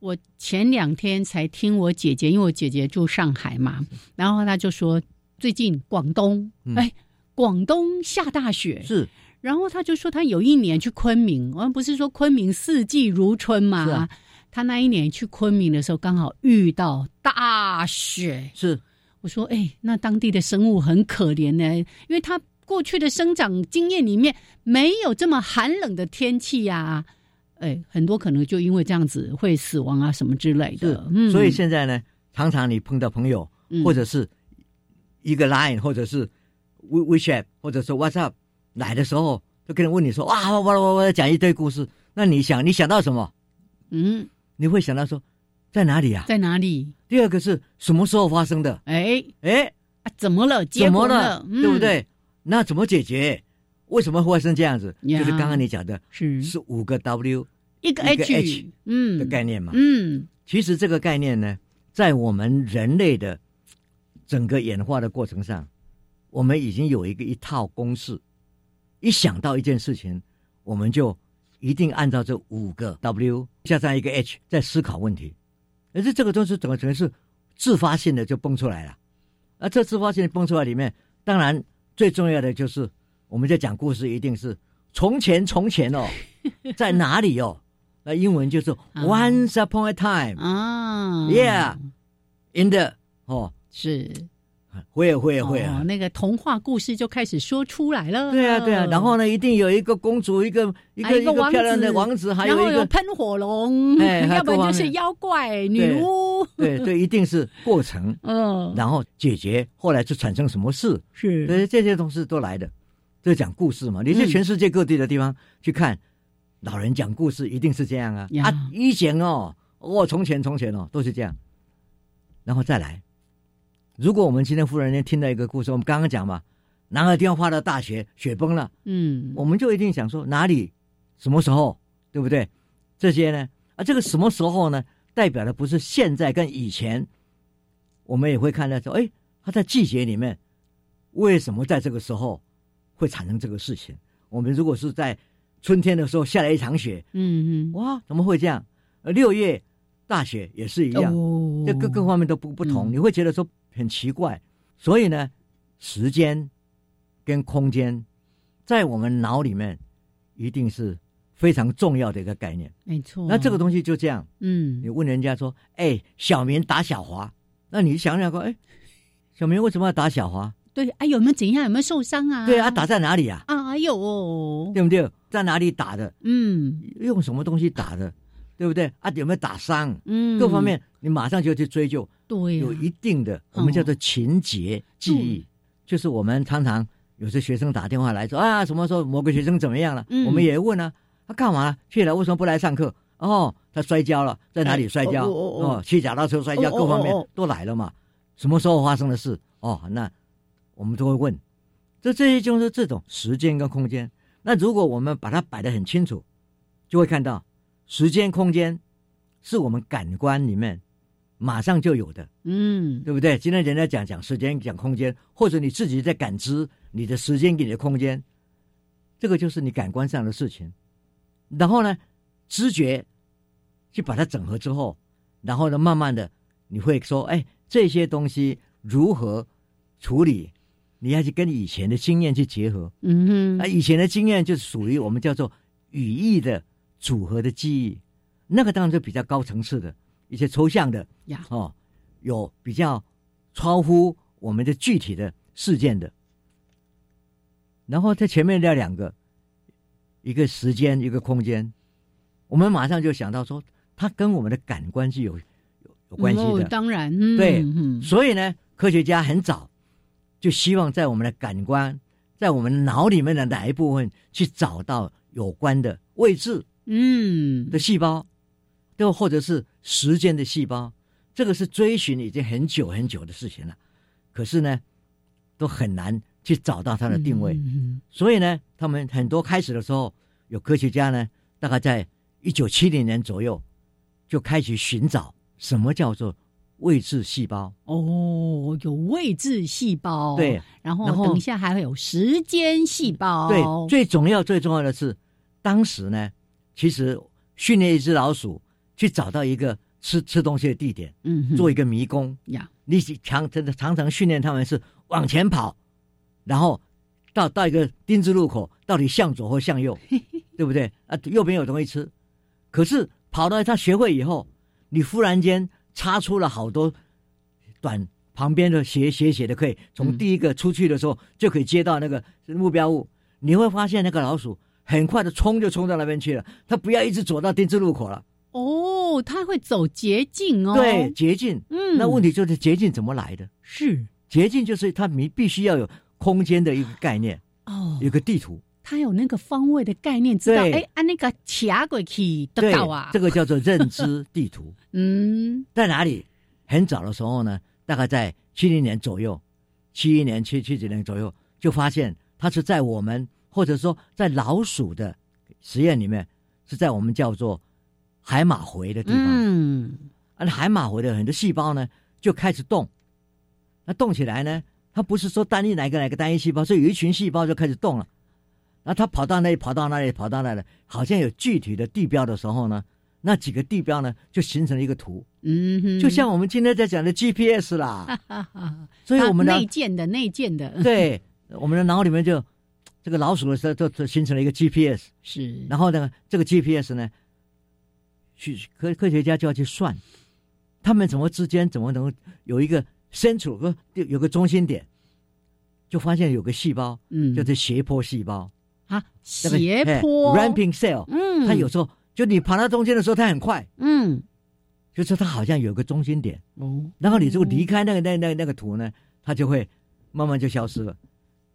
Speaker 2: 我前两天才听我姐姐，因为我姐姐住上海嘛，然后她就说最近广东，
Speaker 1: 嗯
Speaker 2: 哎、广东下大雪，
Speaker 1: 是
Speaker 2: 然后她就说她有一年去昆明，我们不是说昆明四季如春嘛，
Speaker 1: 是啊
Speaker 2: 她那一年去昆明的时候刚好遇到大雪，
Speaker 1: 是，
Speaker 2: 我说哎，那当地的生物很可怜呢、因为它过去的生长经验里面没有这么寒冷的天气呀、哎，很多可能就因为这样子会死亡啊什么之类
Speaker 1: 是
Speaker 2: 的。嗯，
Speaker 1: 所以现在呢，常常你碰到朋友，
Speaker 2: 嗯
Speaker 1: 或者是一个 Line，或者是 We WeChat，或者是 WhatsApp 来的时候，就跟人问你说哇，我我我我讲一堆故事。那你想，你想到什么？
Speaker 2: 嗯，
Speaker 1: 你会想到说在哪里啊？
Speaker 2: 在哪里？
Speaker 1: 第二个是什么时候发生的？
Speaker 2: 哎、
Speaker 1: 哎，
Speaker 2: 啊，怎么了？结
Speaker 1: 怎么
Speaker 2: 果
Speaker 1: 了？
Speaker 2: 嗯
Speaker 1: 对不？对？那怎么解决？为什么会生这样子？
Speaker 2: 呀
Speaker 1: 就是刚刚你讲的，
Speaker 2: 是
Speaker 1: 是五个 W
Speaker 2: 一个
Speaker 1: 一个
Speaker 2: H，,
Speaker 1: H
Speaker 2: 嗯
Speaker 1: 的概念嘛。
Speaker 2: 嗯，
Speaker 1: 其实这个概念呢，在我们人类的整个演化的过程上，我们已经有一个一套公式。一想到一件事情，我们就一定按照这五个 W 加上一个 H 在思考问题。而且这个东西整个全是自发性的就蹦出来了。而这自发性的蹦出来里面，当然最重要的就是我们在讲故事，一定是从前从前哦，在哪里哦？那英文就是 Once upon a time，yeah，in、
Speaker 2: 啊
Speaker 1: the 哦，
Speaker 2: 是
Speaker 1: 会啊会啊会啊
Speaker 2: 哦，那个童话故事就开始说出来了。
Speaker 1: 对啊对啊。然后呢，一定有一个公主，一个一
Speaker 2: 还有
Speaker 1: 个
Speaker 2: 啊一
Speaker 1: 一
Speaker 2: 个王子
Speaker 1: 个漂亮的王子，还
Speaker 2: 然
Speaker 1: 有
Speaker 2: 后
Speaker 1: 一
Speaker 2: 有
Speaker 1: 个
Speaker 2: 喷火龙，
Speaker 1: 哎还有
Speaker 2: 要不
Speaker 1: 各
Speaker 2: 然
Speaker 1: 方
Speaker 2: 就是
Speaker 1: 面
Speaker 2: 妖怪女
Speaker 1: 对
Speaker 2: 巫。
Speaker 1: 对对，一定是过 程，
Speaker 2: 嗯，
Speaker 1: 然后解决，后来就产生什么事，
Speaker 2: 是
Speaker 1: 所以这些东西都来的，就讲故事嘛。你去
Speaker 2: 嗯
Speaker 1: 全世界各地的地方去看，老人讲故事一定是这样啊
Speaker 2: 呀
Speaker 1: 啊！以前哦，哦，从前从前哦，都是这样，然后再来。如果我们今天忽然间听到一个故事，我们刚刚讲嘛，南海地方发了大雪，雪崩了，
Speaker 2: 嗯，
Speaker 1: 我们就一定想说哪里、什么时候，对不对？这些呢，啊，这个什么时候呢，代表的不是现在跟以前，我们也会看到说，哎，它在季节里面为什么在这个时候会产生这个事情？我们如果是在春天的时候下了一场雪，
Speaker 2: 嗯
Speaker 1: 哇，怎么会这样？呃，六月大雪也是一
Speaker 2: 嗯，
Speaker 1: 样，
Speaker 2: 哦
Speaker 1: 这各各方面都不不同，
Speaker 2: 嗯
Speaker 1: 你会觉得说很奇怪。所以呢，时间跟空间在我们脑里面一定是非常重要的一个概念。
Speaker 2: 没错。
Speaker 1: 那这个东西就这样，
Speaker 2: 嗯
Speaker 1: 你问人家说：“哎，小明打小华。”那你想想看，哎，小明为什么要打小华？
Speaker 2: 对啊，有没有怎样？有没有受伤啊？
Speaker 1: 对啊，打在哪里啊？
Speaker 2: 啊，有哦，
Speaker 1: 对不对？在哪里打的？
Speaker 2: 嗯
Speaker 1: 用什么东西打的？对不对？啊，有没有打伤？
Speaker 2: 嗯，
Speaker 1: 各方面你马上就去追究。
Speaker 2: 对啊嗯
Speaker 1: 有一定的，我们叫做情节记忆，就是我们常常有些学生打电话来说啊，什么时候某个学生怎么样了，
Speaker 2: 嗯
Speaker 1: 我们也问啊，他、干嘛去了？为什么不来上课？哦，他摔跤了，在哪里摔跤？
Speaker 2: 哎哦哦哦
Speaker 1: 骑脚踏车摔跤，
Speaker 2: 哦哦
Speaker 1: 各方
Speaker 2: 哦哦
Speaker 1: 面都来了嘛。什么时候发生的事？哦，那我们都会问。这这些就是这种时间跟空间。那如果我们把它摆得很清楚，就会看到时间、空间是我们感官里面马上就有的。
Speaker 2: 嗯，
Speaker 1: 对不对？今天人家讲讲时间、讲空间，或者你自己在感知你的时间、你的空间，这个就是你感官上的事情。然后呢，知觉去把它整合之后，然后呢，慢慢的你会说，哎，这些东西如何处理？你要去跟以前的经验去结合。
Speaker 2: 嗯
Speaker 1: 那
Speaker 2: 哼，
Speaker 1: 以前的经验就是属于我们叫做语义的组合的记忆，那个当然就比较高层次的一些抽象的
Speaker 2: 呀
Speaker 1: 哦，有比较超乎我们的具体的事件的。然后在前面那两个，一个时间，一个空间，我们马上就想到说，它跟我们的感官是有有有关系
Speaker 2: 哦
Speaker 1: 的。
Speaker 2: 当然，嗯
Speaker 1: 对
Speaker 2: 嗯
Speaker 1: 所以呢，科学家很早就希望在我们的感官，在我们脑里面的哪一部分去找到有关的位置
Speaker 2: 嗯
Speaker 1: 的细胞，又或者是时间的细胞，这个是追寻已经很久很久的事情了。可是呢，都很难去找到它的定位。
Speaker 2: 嗯
Speaker 1: 所以呢，他们很多开始的时候，有科学家呢，大概在一九七零年左右就开始寻找什么叫做位置细胞。
Speaker 2: 哦，有位置细胞，
Speaker 1: 对，
Speaker 2: 然后
Speaker 1: 然后
Speaker 2: 等一下还会有时间细胞，
Speaker 1: 对，最重要最重要的是，当时呢，其实训练一只老鼠去找到一个吃吃东西的地点，
Speaker 2: 嗯哼，
Speaker 1: 做一个迷宫。
Speaker 2: 呀，
Speaker 1: 你常真的常常训练他们是往前跑，然后到到一个丁字路口，到底向左或向右，对不对？啊，右边有东西吃，可是跑到他学会以后，你忽然间插出了好多短旁边的斜斜斜的，可以从
Speaker 2: 嗯
Speaker 1: 第一个出去的时候、就可以接到那个目标物，你会发现那个老鼠很快的冲就冲到那边去了，它不要一直走到丁字路口了，
Speaker 2: 哦，它会走捷径哦，
Speaker 1: 对，，捷径。
Speaker 2: 嗯，
Speaker 1: 那问
Speaker 2: 题
Speaker 1: 题就是捷径怎么来的？
Speaker 2: 是
Speaker 1: 捷径就是它你必须要有空间的一个概念，
Speaker 2: 哦，
Speaker 1: 有个地图。
Speaker 2: 它有那个方位的概念，知道
Speaker 1: 对
Speaker 2: 哎，按那个卡过去得
Speaker 1: 对
Speaker 2: 到啊，，
Speaker 1: 这个叫做认知地 图。
Speaker 2: 嗯
Speaker 1: 在哪里？很早的时候呢，大概在七零年左右，七一年、七七几年左右，就发现它是在我们或者说在老鼠的实验里面，是在我们叫做海马回的地方。
Speaker 2: 嗯，
Speaker 1: 而海马回的很多细胞呢就开始动，那动起来呢，它不是说单一哪个哪个单一细胞，是有一群细胞就开始动了。然后它跑到那里，跑到那里，跑到那里，好像有具体的地标的时候呢，那几个地标呢就形成了一个图，
Speaker 2: 嗯哼，
Speaker 1: 就像我们今天在讲的 GPS 啦。
Speaker 2: 哈哈
Speaker 1: 所以我们
Speaker 2: 它
Speaker 1: 的
Speaker 2: 内建的内建的，，
Speaker 1: 对，我们的脑里面就这个老鼠的时候就就形成了一个 GPS，
Speaker 2: 是，
Speaker 1: 然后呢，这个 GPS 呢，去科科学家就要去算，他们怎么之间怎么能有一个 central 有个有个中心点，就发现有个细胞
Speaker 2: 嗯，
Speaker 1: 叫做斜坡细胞，
Speaker 2: 啊，
Speaker 1: 那个
Speaker 2: 斜
Speaker 1: 哎
Speaker 2: 坡
Speaker 1: ramping cell，
Speaker 2: 嗯，
Speaker 1: 它有时候就你爬到中间的时候，它很快，
Speaker 2: 嗯，
Speaker 1: 就是它好像有个中心点，
Speaker 2: 哦，
Speaker 1: 然后你如果离开那个那那那个图呢，它就会慢慢就消失了。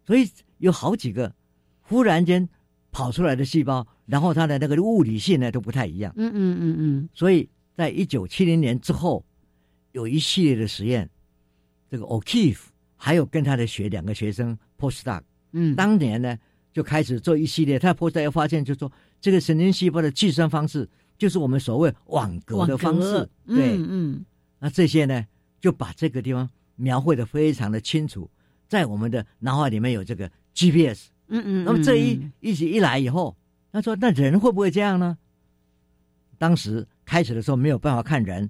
Speaker 1: 所以有好几个忽然间跑出来的细胞，然后它的那个物理性呢都不太一样。
Speaker 2: 嗯嗯嗯嗯，
Speaker 1: 所以在一九七零年之后，有一系列的实验，这个 O'Keefe 还有跟他的学两个学生 postdoc，
Speaker 2: 嗯，
Speaker 1: 当年呢就开始做一系列，他 postdoc 又发现就说这个神经细胞的计算方式就是我们所谓网格
Speaker 2: 网
Speaker 1: 的方式
Speaker 2: 格，
Speaker 1: 对。
Speaker 2: 嗯嗯，
Speaker 1: 那这些呢，就把这个地方描绘的非常的清楚，在我们的脑海里面有这个 GPS。
Speaker 2: 嗯嗯，
Speaker 1: 那么这
Speaker 2: 嗯
Speaker 1: 一一起一来以后，他说那人会不会这样呢？当时开始的时候没有办法看人，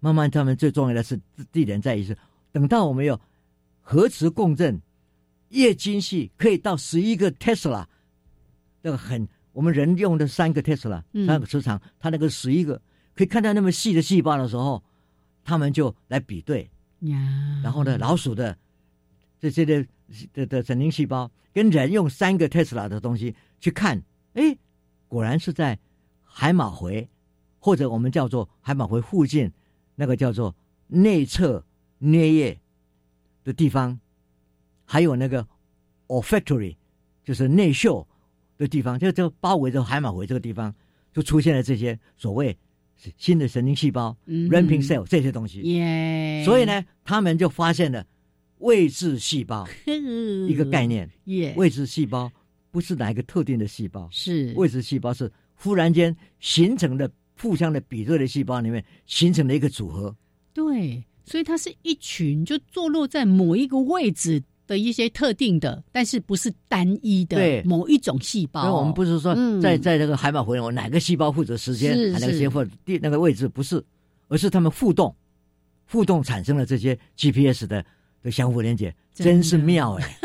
Speaker 1: 慢慢他们最重要的是地点在于是，等到我们有核磁共振、液晶系可以到十一个 Tesla，那个很我们人用的三个 Tesla
Speaker 2: 嗯
Speaker 1: 三个磁场，它那个十一个可以看到那么细的细胞的时候，他们就来比对，
Speaker 2: 嗯呀，
Speaker 1: 然后呢，老鼠的这些的的的神经细胞跟人用三个 Tesla 的东西去看，哎，果然是在海马回或者我们叫做海马回附近那个叫做内侧颞叶的地方，还有那个 olfactory 就是内嗅的地方，就就包围着海马回这个地方，就出现了这些所谓新的神经细胞、
Speaker 2: 嗯
Speaker 1: ramping cell 这些东西。
Speaker 2: 耶，
Speaker 1: 所以，呢，他们就发现了位置细胞
Speaker 2: 一
Speaker 1: 一个概，念。
Speaker 2: 耶，
Speaker 1: 位置细胞不是哪一个特定的细胞，
Speaker 2: 是
Speaker 1: 位置细胞是忽然间形成的互相的比对的细胞里面形成的一个组合。
Speaker 2: 对，所以它是一群就坐落在某一个位置的一些特定的，但是不是单一的
Speaker 1: 对
Speaker 2: 某一种细胞。
Speaker 1: 所以我们不是说
Speaker 2: 哦嗯
Speaker 1: 在、在这个海马回我哪个细胞负责时间
Speaker 2: 是，
Speaker 1: 哪个
Speaker 2: 是
Speaker 1: 细胞负责地那个位置，不是，而是它们互动，互动产生了这些 GPS 的的相互连接，
Speaker 2: 真的
Speaker 1: 真是妙哎、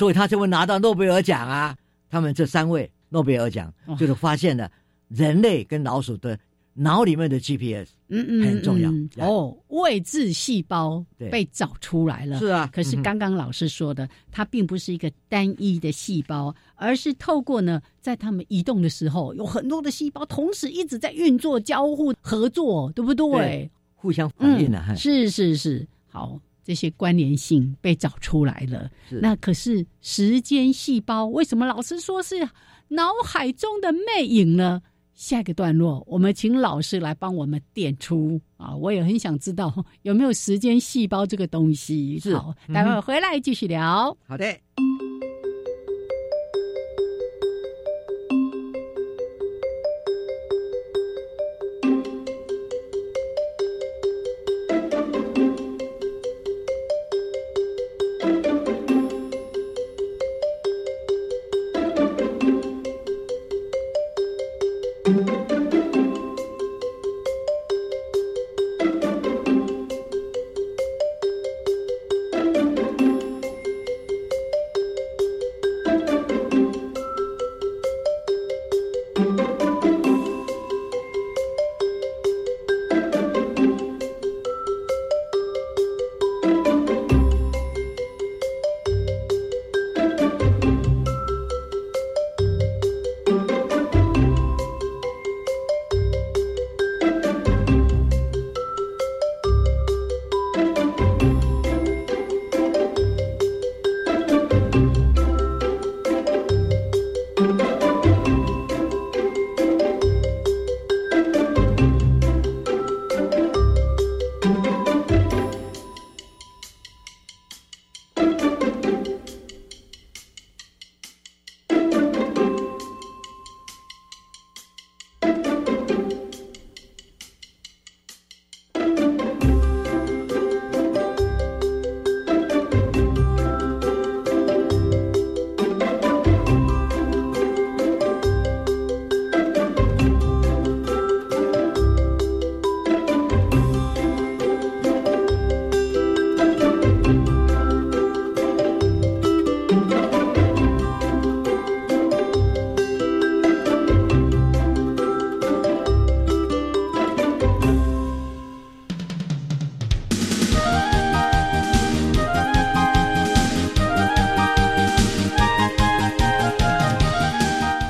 Speaker 1: 所以他就会拿到诺贝尔奖啊。他们这三位诺贝尔奖
Speaker 2: 哇
Speaker 1: 就是发现了人类跟老鼠的脑里面的 GPS，
Speaker 2: 嗯嗯
Speaker 1: 很重要
Speaker 2: 嗯
Speaker 1: 对
Speaker 2: 哦，位置细胞
Speaker 1: 对
Speaker 2: 被找出来了。
Speaker 1: 是啊
Speaker 2: 可是
Speaker 1: 嗯哼
Speaker 2: 刚刚老师说的，它并不是一个单一的细胞，而是透过呢，在它们移动的时候，有很多的细胞同时一直在运作、交互、合作，对不对？
Speaker 1: 对互相反应了、啊。
Speaker 2: 嗯是是是，好，这些关联性被找出来了。
Speaker 1: 是
Speaker 2: 那可是时间细胞为什么老师说是脑海中的魅影呢？下一个段落，我们请老师来帮我们点出啊！我也很想知道有没有时间细胞这个东西。
Speaker 1: 是嗯
Speaker 2: 好，待会儿回来继续聊。
Speaker 1: 好的。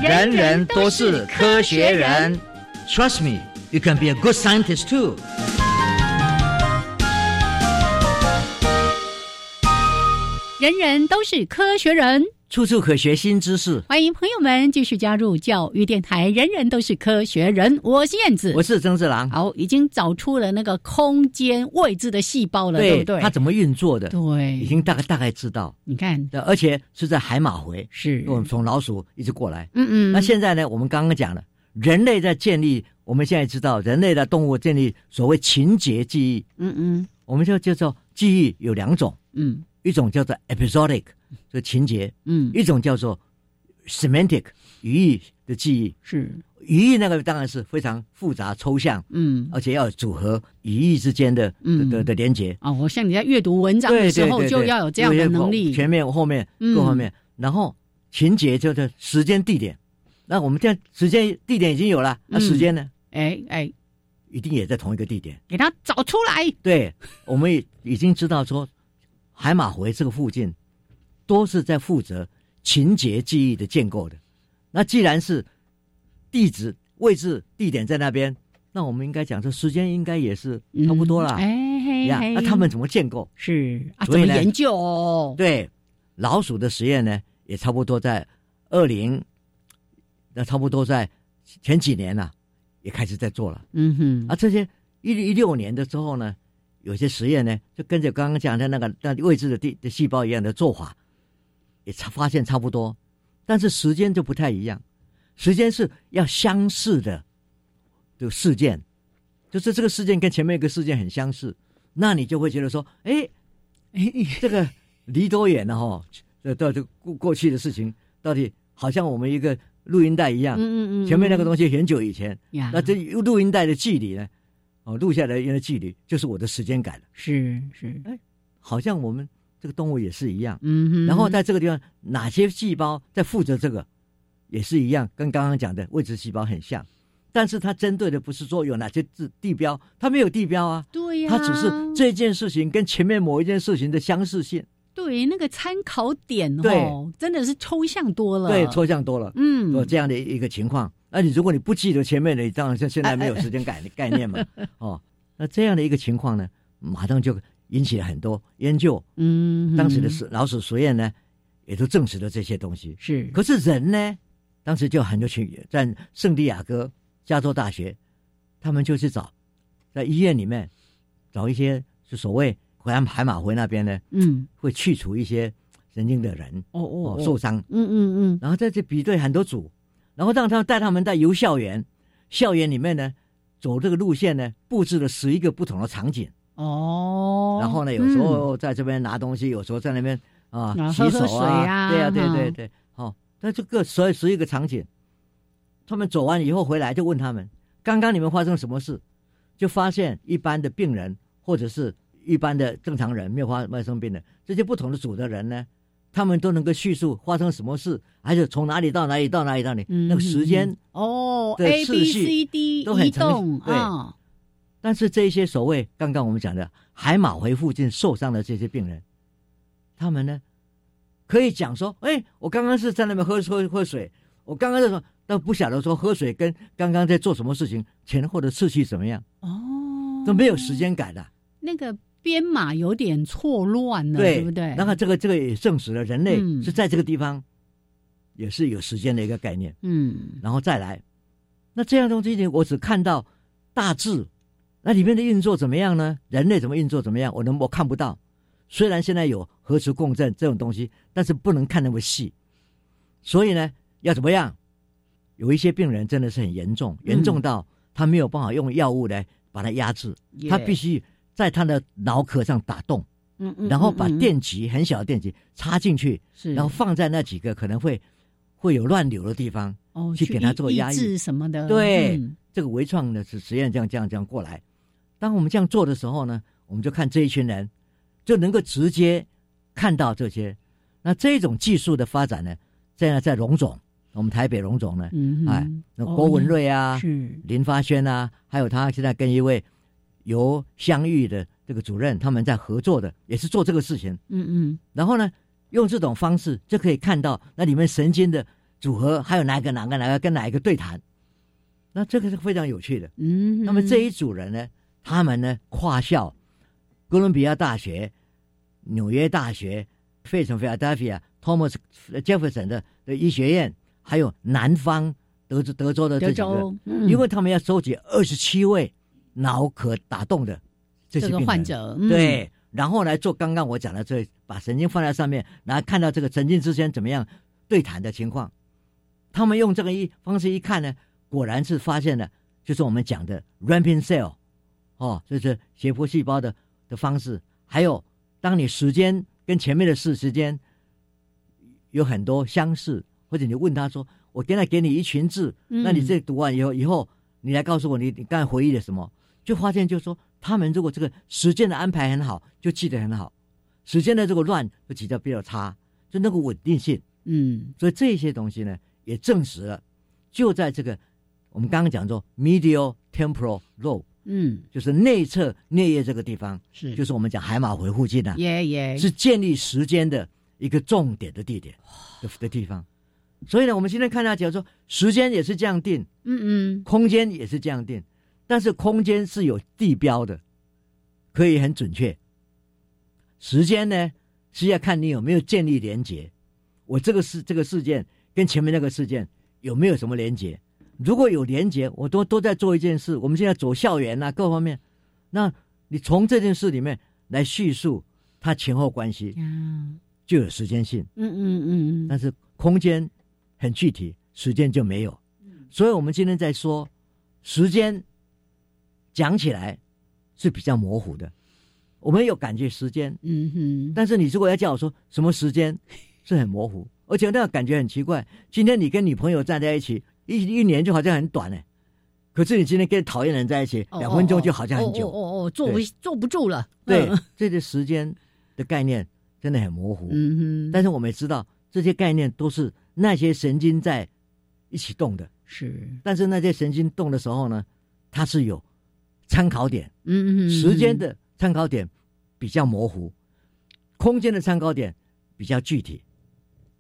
Speaker 1: 人人都是科学人。Trust me, you can be a good scientist too.
Speaker 2: 人人都是科学人。
Speaker 1: 处处可学新知识。
Speaker 2: 欢迎朋友们继续加入教育电台，人人都是科学人。我是燕子，
Speaker 1: 我是曾志郎。
Speaker 2: 好，已经找出了那个空间位置的细胞了，对不对？
Speaker 1: 它怎么运作的？
Speaker 2: 对，
Speaker 1: 已经大概大概知道。
Speaker 2: 你看，
Speaker 1: 对，而且是在海马回，
Speaker 2: 是
Speaker 1: 我们从老鼠一直过来。
Speaker 2: 嗯嗯。
Speaker 1: 那现在呢？我们刚刚讲了，人类在建立，我们现在知道，人类的动物建立所谓情节记忆。
Speaker 2: 嗯嗯。
Speaker 1: 我们就叫做记忆有两种。
Speaker 2: 嗯。
Speaker 1: 一种叫做 episodic，就情节，
Speaker 2: 嗯，
Speaker 1: 一种叫做 semantic 语义的记忆，
Speaker 2: 是
Speaker 1: 语义那个当然是非常复杂抽象，
Speaker 2: 嗯，
Speaker 1: 而且要组合语义之间的、嗯、的的连接。
Speaker 2: 哦，我像你在阅读文章的时候就要有这样的能力，
Speaker 1: 前面后面各方面，嗯、然后情节就是时间地点。那我们现在时间地点已经有了，那、嗯啊、时间呢？
Speaker 2: 哎哎，
Speaker 1: 一定也在同一个地点，
Speaker 2: 给它找出来。
Speaker 1: 对，我们已经知道说。海马回这个附近，都是在负责情节记忆的建构的。那既然是地址、位置、地点在那边，那我们应该讲这时间应该也是差不多啦。
Speaker 2: 哎、嗯、嘿,嘿,嘿，
Speaker 1: 那他们怎么建构？
Speaker 2: 是啊，怎么研究、哦？
Speaker 1: 对，老鼠的实验呢，也差不多在二零，那差不多在前几年了、啊，也开始在做了。
Speaker 2: 嗯哼，
Speaker 1: 啊，这些一一六年的时候呢。有些实验呢，就跟着刚刚讲的那个那位置的地的细胞一样的做法，也差发现差不多，但是时间就不太一样，时间是要相似的，就事件，就是这个事件跟前面一个事件很相似，那你就会觉得说，哎，哎， 这个离多远了哈？这到底过过去的事情，到底好像我们一个录音带一样，
Speaker 2: 嗯嗯嗯，
Speaker 1: 前面那个东西很久以前，
Speaker 2: 嗯、
Speaker 1: 那这录音带的距离呢？哦，录下来的距离就是我的时间感了。
Speaker 2: 是是，
Speaker 1: 哎，好像我们这个动物也是一样。
Speaker 2: 嗯哼。
Speaker 1: 然后在这个地方，哪些细胞在负责这个，也是一样，跟刚刚讲的位置细胞很像。但是它针对的不是说有哪些地地标，它没有地标啊。
Speaker 2: 对呀、
Speaker 1: 啊。它只是这件事情跟前面某一件事情的相似性。
Speaker 2: 对，那个参考点
Speaker 1: 哦，
Speaker 2: 真的是抽象多了。
Speaker 1: 对，抽象多了。
Speaker 2: 嗯。
Speaker 1: 有哦这样的一个情况。那、啊、你如果你不记得前面的，你当然像现在没有时间
Speaker 2: 哎
Speaker 1: 概概念嘛，哦，那这样的一个情况呢，马上就引起了很多研究。
Speaker 2: 嗯，
Speaker 1: 当时的实老鼠实验呢，也都证实了这些东西。
Speaker 2: 是，
Speaker 1: 可是人呢，当时就很多群在圣地亚哥加州大学，他们就去找，在医院里面找一些就所谓回安海马回那边呢，
Speaker 2: 嗯，
Speaker 1: 会去除一些神经的人
Speaker 2: 哦哦、
Speaker 1: 哦、受伤，
Speaker 2: 嗯嗯嗯，
Speaker 1: 然后在这比对很多组。然后让他带他们在游校园，校园里面呢，走这个路线呢，布置了十一个不同的场景。
Speaker 2: 哦。
Speaker 1: 然后呢，有时候在这边拿东西，嗯、有时候在那边啊、呃、洗手
Speaker 2: 啊，
Speaker 1: 对呀、啊，对对对，好、哦。那这个所以十一个场景，他们走完以后回来就问他们，刚刚你们发生什么事？就发现一般的病人或者是一般的正常人没有发没生病的这些不同的组的人呢。他们都能够叙述发生什么事，还是从哪里到哪里到哪里到哪里，嗯、那个时间
Speaker 2: 哦，A B C D
Speaker 1: 都很
Speaker 2: 动啊
Speaker 1: 对、哦。但是这些所谓刚刚我们讲的海马回附近受伤的这些病人，他们呢可以讲说：“哎，我刚刚是在那边喝喝喝水，我刚刚在说，但不晓得说喝水跟刚刚在做什么事情前后的次序怎么样
Speaker 2: 哦，
Speaker 1: 都没有时间感的、啊。”
Speaker 2: 那个。编码有点错乱了，对不对？嗯
Speaker 1: 然后这个这个也证实了，人类是在这个地方也是有时间的一个概念。
Speaker 2: 嗯，
Speaker 1: 然后再来，那这样东西呢，我只看到大致，那里面的运作怎么样呢？人类怎么运作怎么样？我能我看不到。虽然现在有核磁共振这种东西，但是不能看那么细。所以呢，要怎么样？有一些病人真的是很严重，严重到他没有办法用药物来把它压制，
Speaker 2: 嗯、
Speaker 1: 他必须。在他的脑壳上打洞，
Speaker 2: 嗯嗯，
Speaker 1: 然后把电极、嗯嗯、很小的电极插进去，
Speaker 2: 是，
Speaker 1: 然后放在那几个可能会会有乱流的地方，
Speaker 2: 哦，
Speaker 1: 去给他做压抑
Speaker 2: 什么的。
Speaker 1: 对，嗯、这个微创的实实验这样这样这样过来。当我们这样做的时候呢，我们就看这一群人就能够直接看到这些。那这种技术的发展呢，现在在荣总，我们台北荣总呢，哎，那郭文瑞啊，
Speaker 2: 嗯哦、是
Speaker 1: 林发轩啊，还有他现在跟一位。由相遇的这个主任，他们在合作的，也是做这个事情。
Speaker 2: 嗯嗯。
Speaker 1: 然后呢，用这种方式就可以看到那里面神经的组合，还有哪个哪个哪个跟哪一个对谈，那这个是非常有趣的。
Speaker 2: 嗯，
Speaker 1: 那么这一组人呢，他们呢跨校，哥伦比亚大学、纽约大学、费城 （Philadelphia）、Thomas Jefferson 的的医学院，还有南方德州德州的这
Speaker 2: 德
Speaker 1: 几个
Speaker 2: 州，，嗯
Speaker 1: 因为他们要收集二十七位脑壳打动的这些
Speaker 2: 这个
Speaker 1: 病人
Speaker 2: 患者，嗯
Speaker 1: 对，然后来做刚刚我讲的这，把神经放在上面，然后看到这个神经之间怎么样对谈的情况。他们用这个一方式一看呢，果然是发现了，就是我们讲的 ramping cell，哦，就是斜坡细胞的的方式。还有，当你时间跟前面的事时间有很多相似，或者你问他说：“我现在给你一群字，
Speaker 2: 嗯
Speaker 1: 那你这读完以后，以后你来告诉我你你刚才回忆了什么？”就发现就是说，他们如果这个时间的安排很好，就记得很好；时间的这个乱就记得比较差，就那个稳定性。
Speaker 2: 嗯
Speaker 1: 所以这些东西呢，也证实了，就在这个我们刚刚讲说 medial temporal lobe，
Speaker 2: 嗯，
Speaker 1: 就是内侧颞叶这个地方，
Speaker 2: 是
Speaker 1: 就是我们讲海马回附近啊，
Speaker 2: 耶耶，
Speaker 1: 是建立时间的一个重点的地点的的地方。所以呢，我们今天看到讲说，时间也是这样定，
Speaker 2: 嗯嗯，
Speaker 1: 空间也是这样定，但是空间是有地标的，可以很准确。时间呢是要看你有没有建立连结，我这个事这个事件跟前面那个事件有没有什么连结？如果有连结，我都都在做一件事。我们现在走校园啊，各方面，那你从这件事里面来叙述它前后关系，
Speaker 2: 嗯
Speaker 1: 就有时间性。
Speaker 2: 嗯嗯嗯嗯，
Speaker 1: 但是空间很具体，时间就没有。
Speaker 2: 嗯
Speaker 1: 所以我们今天在说时间，讲起来是比较模糊的。我们有感觉时间，
Speaker 2: 嗯哼，
Speaker 1: 但是你如果要叫我说什么时间，是很模糊，而且那个感觉很奇怪。今天你跟女朋友站在一起，一一年就好像很短呢、可是你今天跟讨厌的人在一起，
Speaker 2: 哦
Speaker 1: 两分钟就好像很久。
Speaker 2: 哦哦哦哦，坐不
Speaker 1: 对
Speaker 2: 坐不住了，
Speaker 1: 对
Speaker 2: 嗯，
Speaker 1: 这个时间的概念真的很模糊。
Speaker 2: 嗯哼，
Speaker 1: 但是我们也知道，这些概念都是那些神经在一起动的。
Speaker 2: 是，
Speaker 1: 但是那些神经动的时候呢，它是有参考点，
Speaker 2: 嗯嗯，
Speaker 1: 时间的参考点比较模糊，空间的参考点比较具体，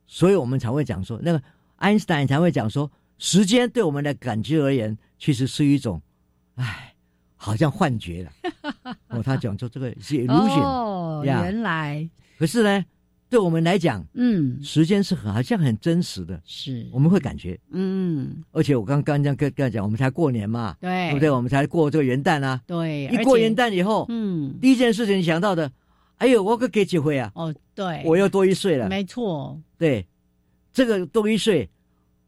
Speaker 1: 所以我们才会讲说，那个爱因斯坦才会讲说，时间对我们的感知而言，其实是一种，唉，好像幻觉了。 哦，他讲说这个是 illusion，、
Speaker 2: 哦，
Speaker 1: 呀
Speaker 2: 原来，
Speaker 1: 可是呢，对我们来讲，
Speaker 2: 嗯，
Speaker 1: 时间是很好像很真实的，
Speaker 2: 是，
Speaker 1: 我们会感觉。
Speaker 2: 嗯，
Speaker 1: 而且我刚刚这样跟跟他讲，我们才过年嘛，
Speaker 2: 对
Speaker 1: 对不对？我们才过这个元旦啊。
Speaker 2: 对，
Speaker 1: 一
Speaker 2: 而
Speaker 1: 过
Speaker 2: 且
Speaker 1: 元，旦以后，
Speaker 2: 嗯，
Speaker 1: 第一件事情想到的，哎呦，我可给几回啊？
Speaker 2: 哦，对，
Speaker 1: 我又多一岁了。
Speaker 2: 没错，
Speaker 1: 对，这个多一岁，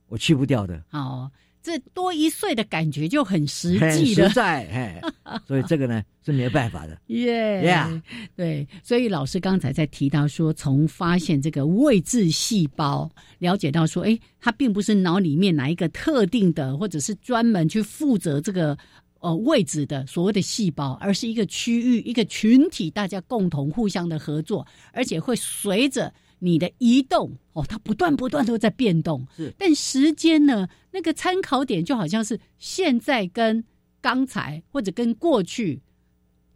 Speaker 1: 我去不掉的，
Speaker 2: 哦，这多一岁的感觉就很实
Speaker 1: 很
Speaker 2: 际
Speaker 1: 实
Speaker 2: 了，
Speaker 1: 在，哎，所以这个呢是没有办法的。
Speaker 2: 耶
Speaker 1: Yeah
Speaker 2: 对，所以老师刚才在提到说，从发现这个位置细胞，了解到说，诶，它并不是脑里面哪一个特定的，或者是专门去负责这个。呃，位置的所谓的细胞，而是一个区域、一个群体，大家共同互相的合作，而且会随着你的移动，哦，它不断不断都在变动。
Speaker 1: 是
Speaker 2: 但时间呢，那个参考点就好像是现在跟刚才或者跟过去，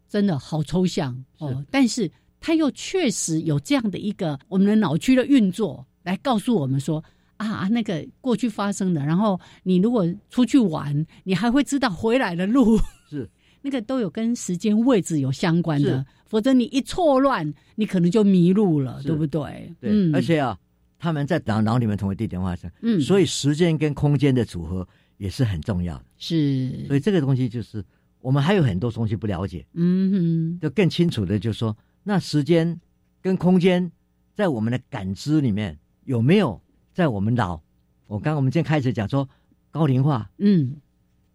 Speaker 2: 真的好抽象哦
Speaker 1: 是。
Speaker 2: 但是它又确实有这样的一个我们的脑区的运作，来告诉我们说啊，那个过去发生的，然后你如果出去玩，你还会知道回来的路。
Speaker 1: 是
Speaker 2: 那个都有跟时间位置有相关的
Speaker 1: 是，
Speaker 2: 否则你一错乱，你可能就迷路了，
Speaker 1: 是
Speaker 2: 对不对？
Speaker 1: 对，而且啊，他们在脑脑里面同一地点发生，
Speaker 2: 嗯，
Speaker 1: 所
Speaker 2: 以
Speaker 1: 以时间跟空间的组合也是很重要的。
Speaker 2: 是
Speaker 1: 所以这个东西就是我们还有很多东西不了解。
Speaker 2: 嗯
Speaker 1: 就更清楚的就说，那时间跟空间在我们的感知里面有没有在我们脑？我刚刚我们先开始讲说高龄化
Speaker 2: 哼，嗯，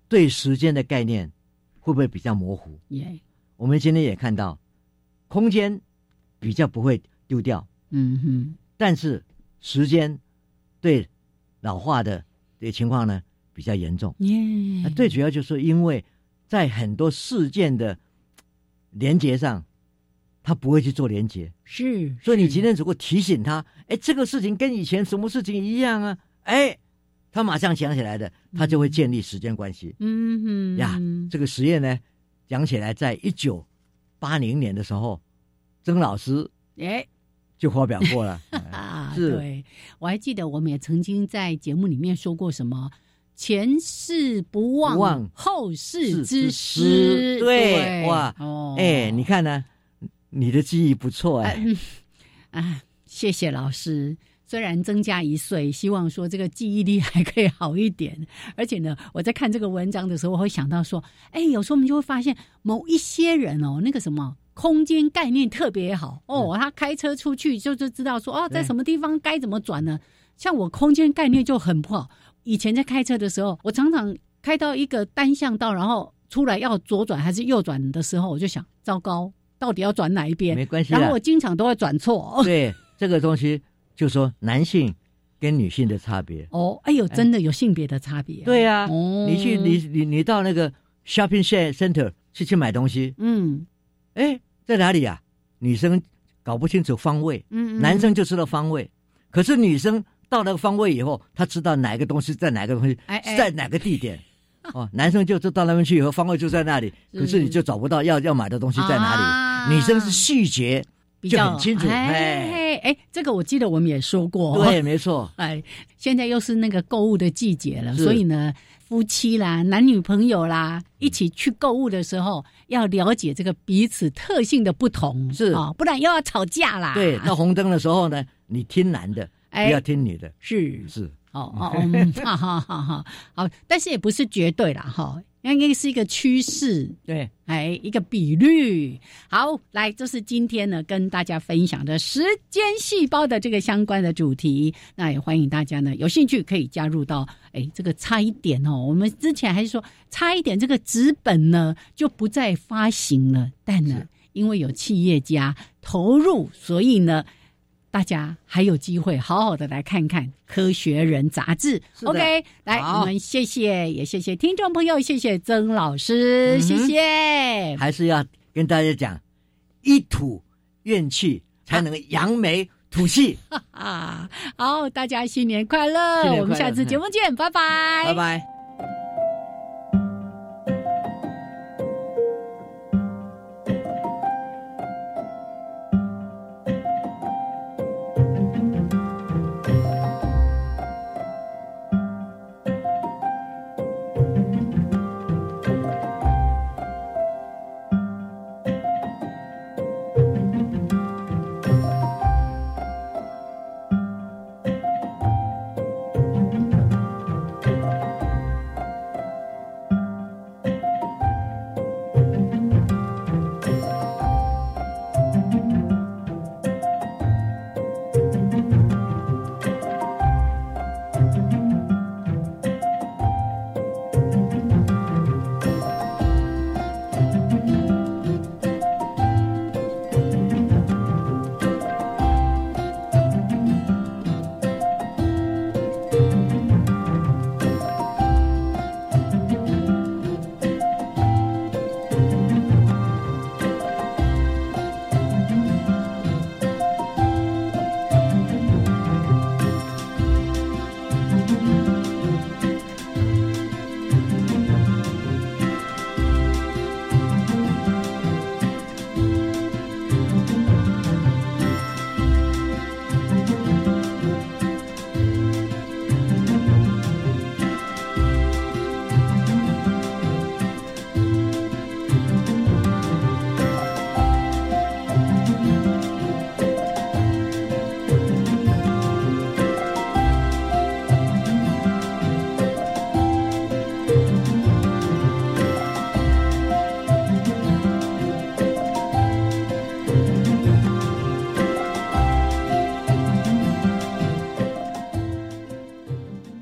Speaker 1: 对时间的概念会不会比较模糊？
Speaker 2: 耶，
Speaker 1: 我们今天也看到，空间比较不会丢掉，
Speaker 2: 嗯哼，
Speaker 1: 但是时间对老化的这情况呢比较严重。那
Speaker 4: 嗯
Speaker 2: 耶，
Speaker 1: 最主要就是因为在很多事件的连接上，他不会去做连接，
Speaker 2: 是，
Speaker 1: 所以你
Speaker 2: 是
Speaker 1: 今天如果提醒他，哎，这个事情跟以前什么事情一样啊，哎，他马上想起来的，他就会建立时间关系、
Speaker 2: 嗯哼
Speaker 1: 呀。这个实验呢，讲起来在一九八零年的时候，曾老师
Speaker 2: 哎，
Speaker 1: 就发表过 了。
Speaker 2: 啊，
Speaker 1: 哎是
Speaker 2: 对，我还记得我们也曾经在节目里面说过什么。前世不忘，
Speaker 1: 不忘
Speaker 2: 后事之
Speaker 1: 是之
Speaker 2: 师。
Speaker 1: 师对哇
Speaker 2: 哦，
Speaker 1: 哎，你看呢？你的记忆不错哎、
Speaker 2: 呃啊，谢谢老师。虽然增加一岁，希望说这个记忆力还可以好一点。 而且呢，我在看这个文章的时候，我会想到说，哎，有时候我们就会发现某一些人哦，那个什么空间概念特别好哦，他开车出去就就知道说哦，在
Speaker 1: 嗯对
Speaker 2: 什么地方该怎么转呢？像我空间概念就很不好。以前在开车的时候，我常常开到一个单向道，然后出来要左转还是右转的时候，我就想，糟糕，到底要转哪一边？
Speaker 1: 没关系啦啊
Speaker 2: 然后我经常都会转错。
Speaker 1: 对，这个东西就说男性跟女性的差别。
Speaker 2: 哦，哎呦，真的有性别的差别、
Speaker 1: 对呀、
Speaker 2: 哦，
Speaker 1: 你去你你你到那个 shopping ce- center 去去买东西，
Speaker 2: 嗯
Speaker 1: 哎，在哪里啊？女生搞不清楚方位，
Speaker 2: 嗯，嗯
Speaker 1: 男生就知道方位，可是女生到那个方位以后，她知道哪个东西在哪个东西
Speaker 2: 哎哎
Speaker 1: 在哪个 地点。哦，男生就知道那边去以后方位就在那里，可是你就找不到要要买的东西在哪
Speaker 2: 嗯啊
Speaker 1: 里。女生是细节，
Speaker 2: 比
Speaker 1: 就
Speaker 2: 较
Speaker 1: 很清楚哎
Speaker 2: 哎哎，这个我记得我们也说过，
Speaker 1: 对，，没错，
Speaker 2: 哎，现在又是那个购物的季节了，
Speaker 1: 是嗯
Speaker 2: 所以呢，夫妻啦、男女朋友啦，一起去购物的时候，要了解这个彼此特性的不同，
Speaker 1: 是
Speaker 2: 啊、不然又要吵架啦。
Speaker 1: 对。到红灯的时候呢，你听男的，
Speaker 2: 啊
Speaker 1: 不
Speaker 2: 哎
Speaker 1: 要听女的，
Speaker 2: 是
Speaker 1: 是
Speaker 2: 哦哦，嗯， 好好好好好，但是也不是绝对啦，哈，应该是一个趋势，
Speaker 1: 对。
Speaker 2: 哎，一个比率。好，来，这是今天呢跟大家分享的时间细胞的这个相关的主题。那也欢迎大家呢有兴趣可以加入到哎这个差一点哦，我们之前还是说差一点这个纸本呢就不再发行了，但呢因为有企业家投入，所以呢。大家还有机会好好的来看看《科学人》杂志。
Speaker 1: 是的
Speaker 2: OK，来，
Speaker 1: 好
Speaker 2: 我们谢谢，也谢谢听众朋友，谢谢曾老师，
Speaker 1: 嗯哼
Speaker 2: 谢谢。
Speaker 1: 还是要跟大家讲，一吐怨气才能扬眉吐气。
Speaker 2: 啊，好，大家新年快乐！
Speaker 1: 新年快乐嗯
Speaker 2: 我们下次节目见，拜拜，
Speaker 1: 拜拜。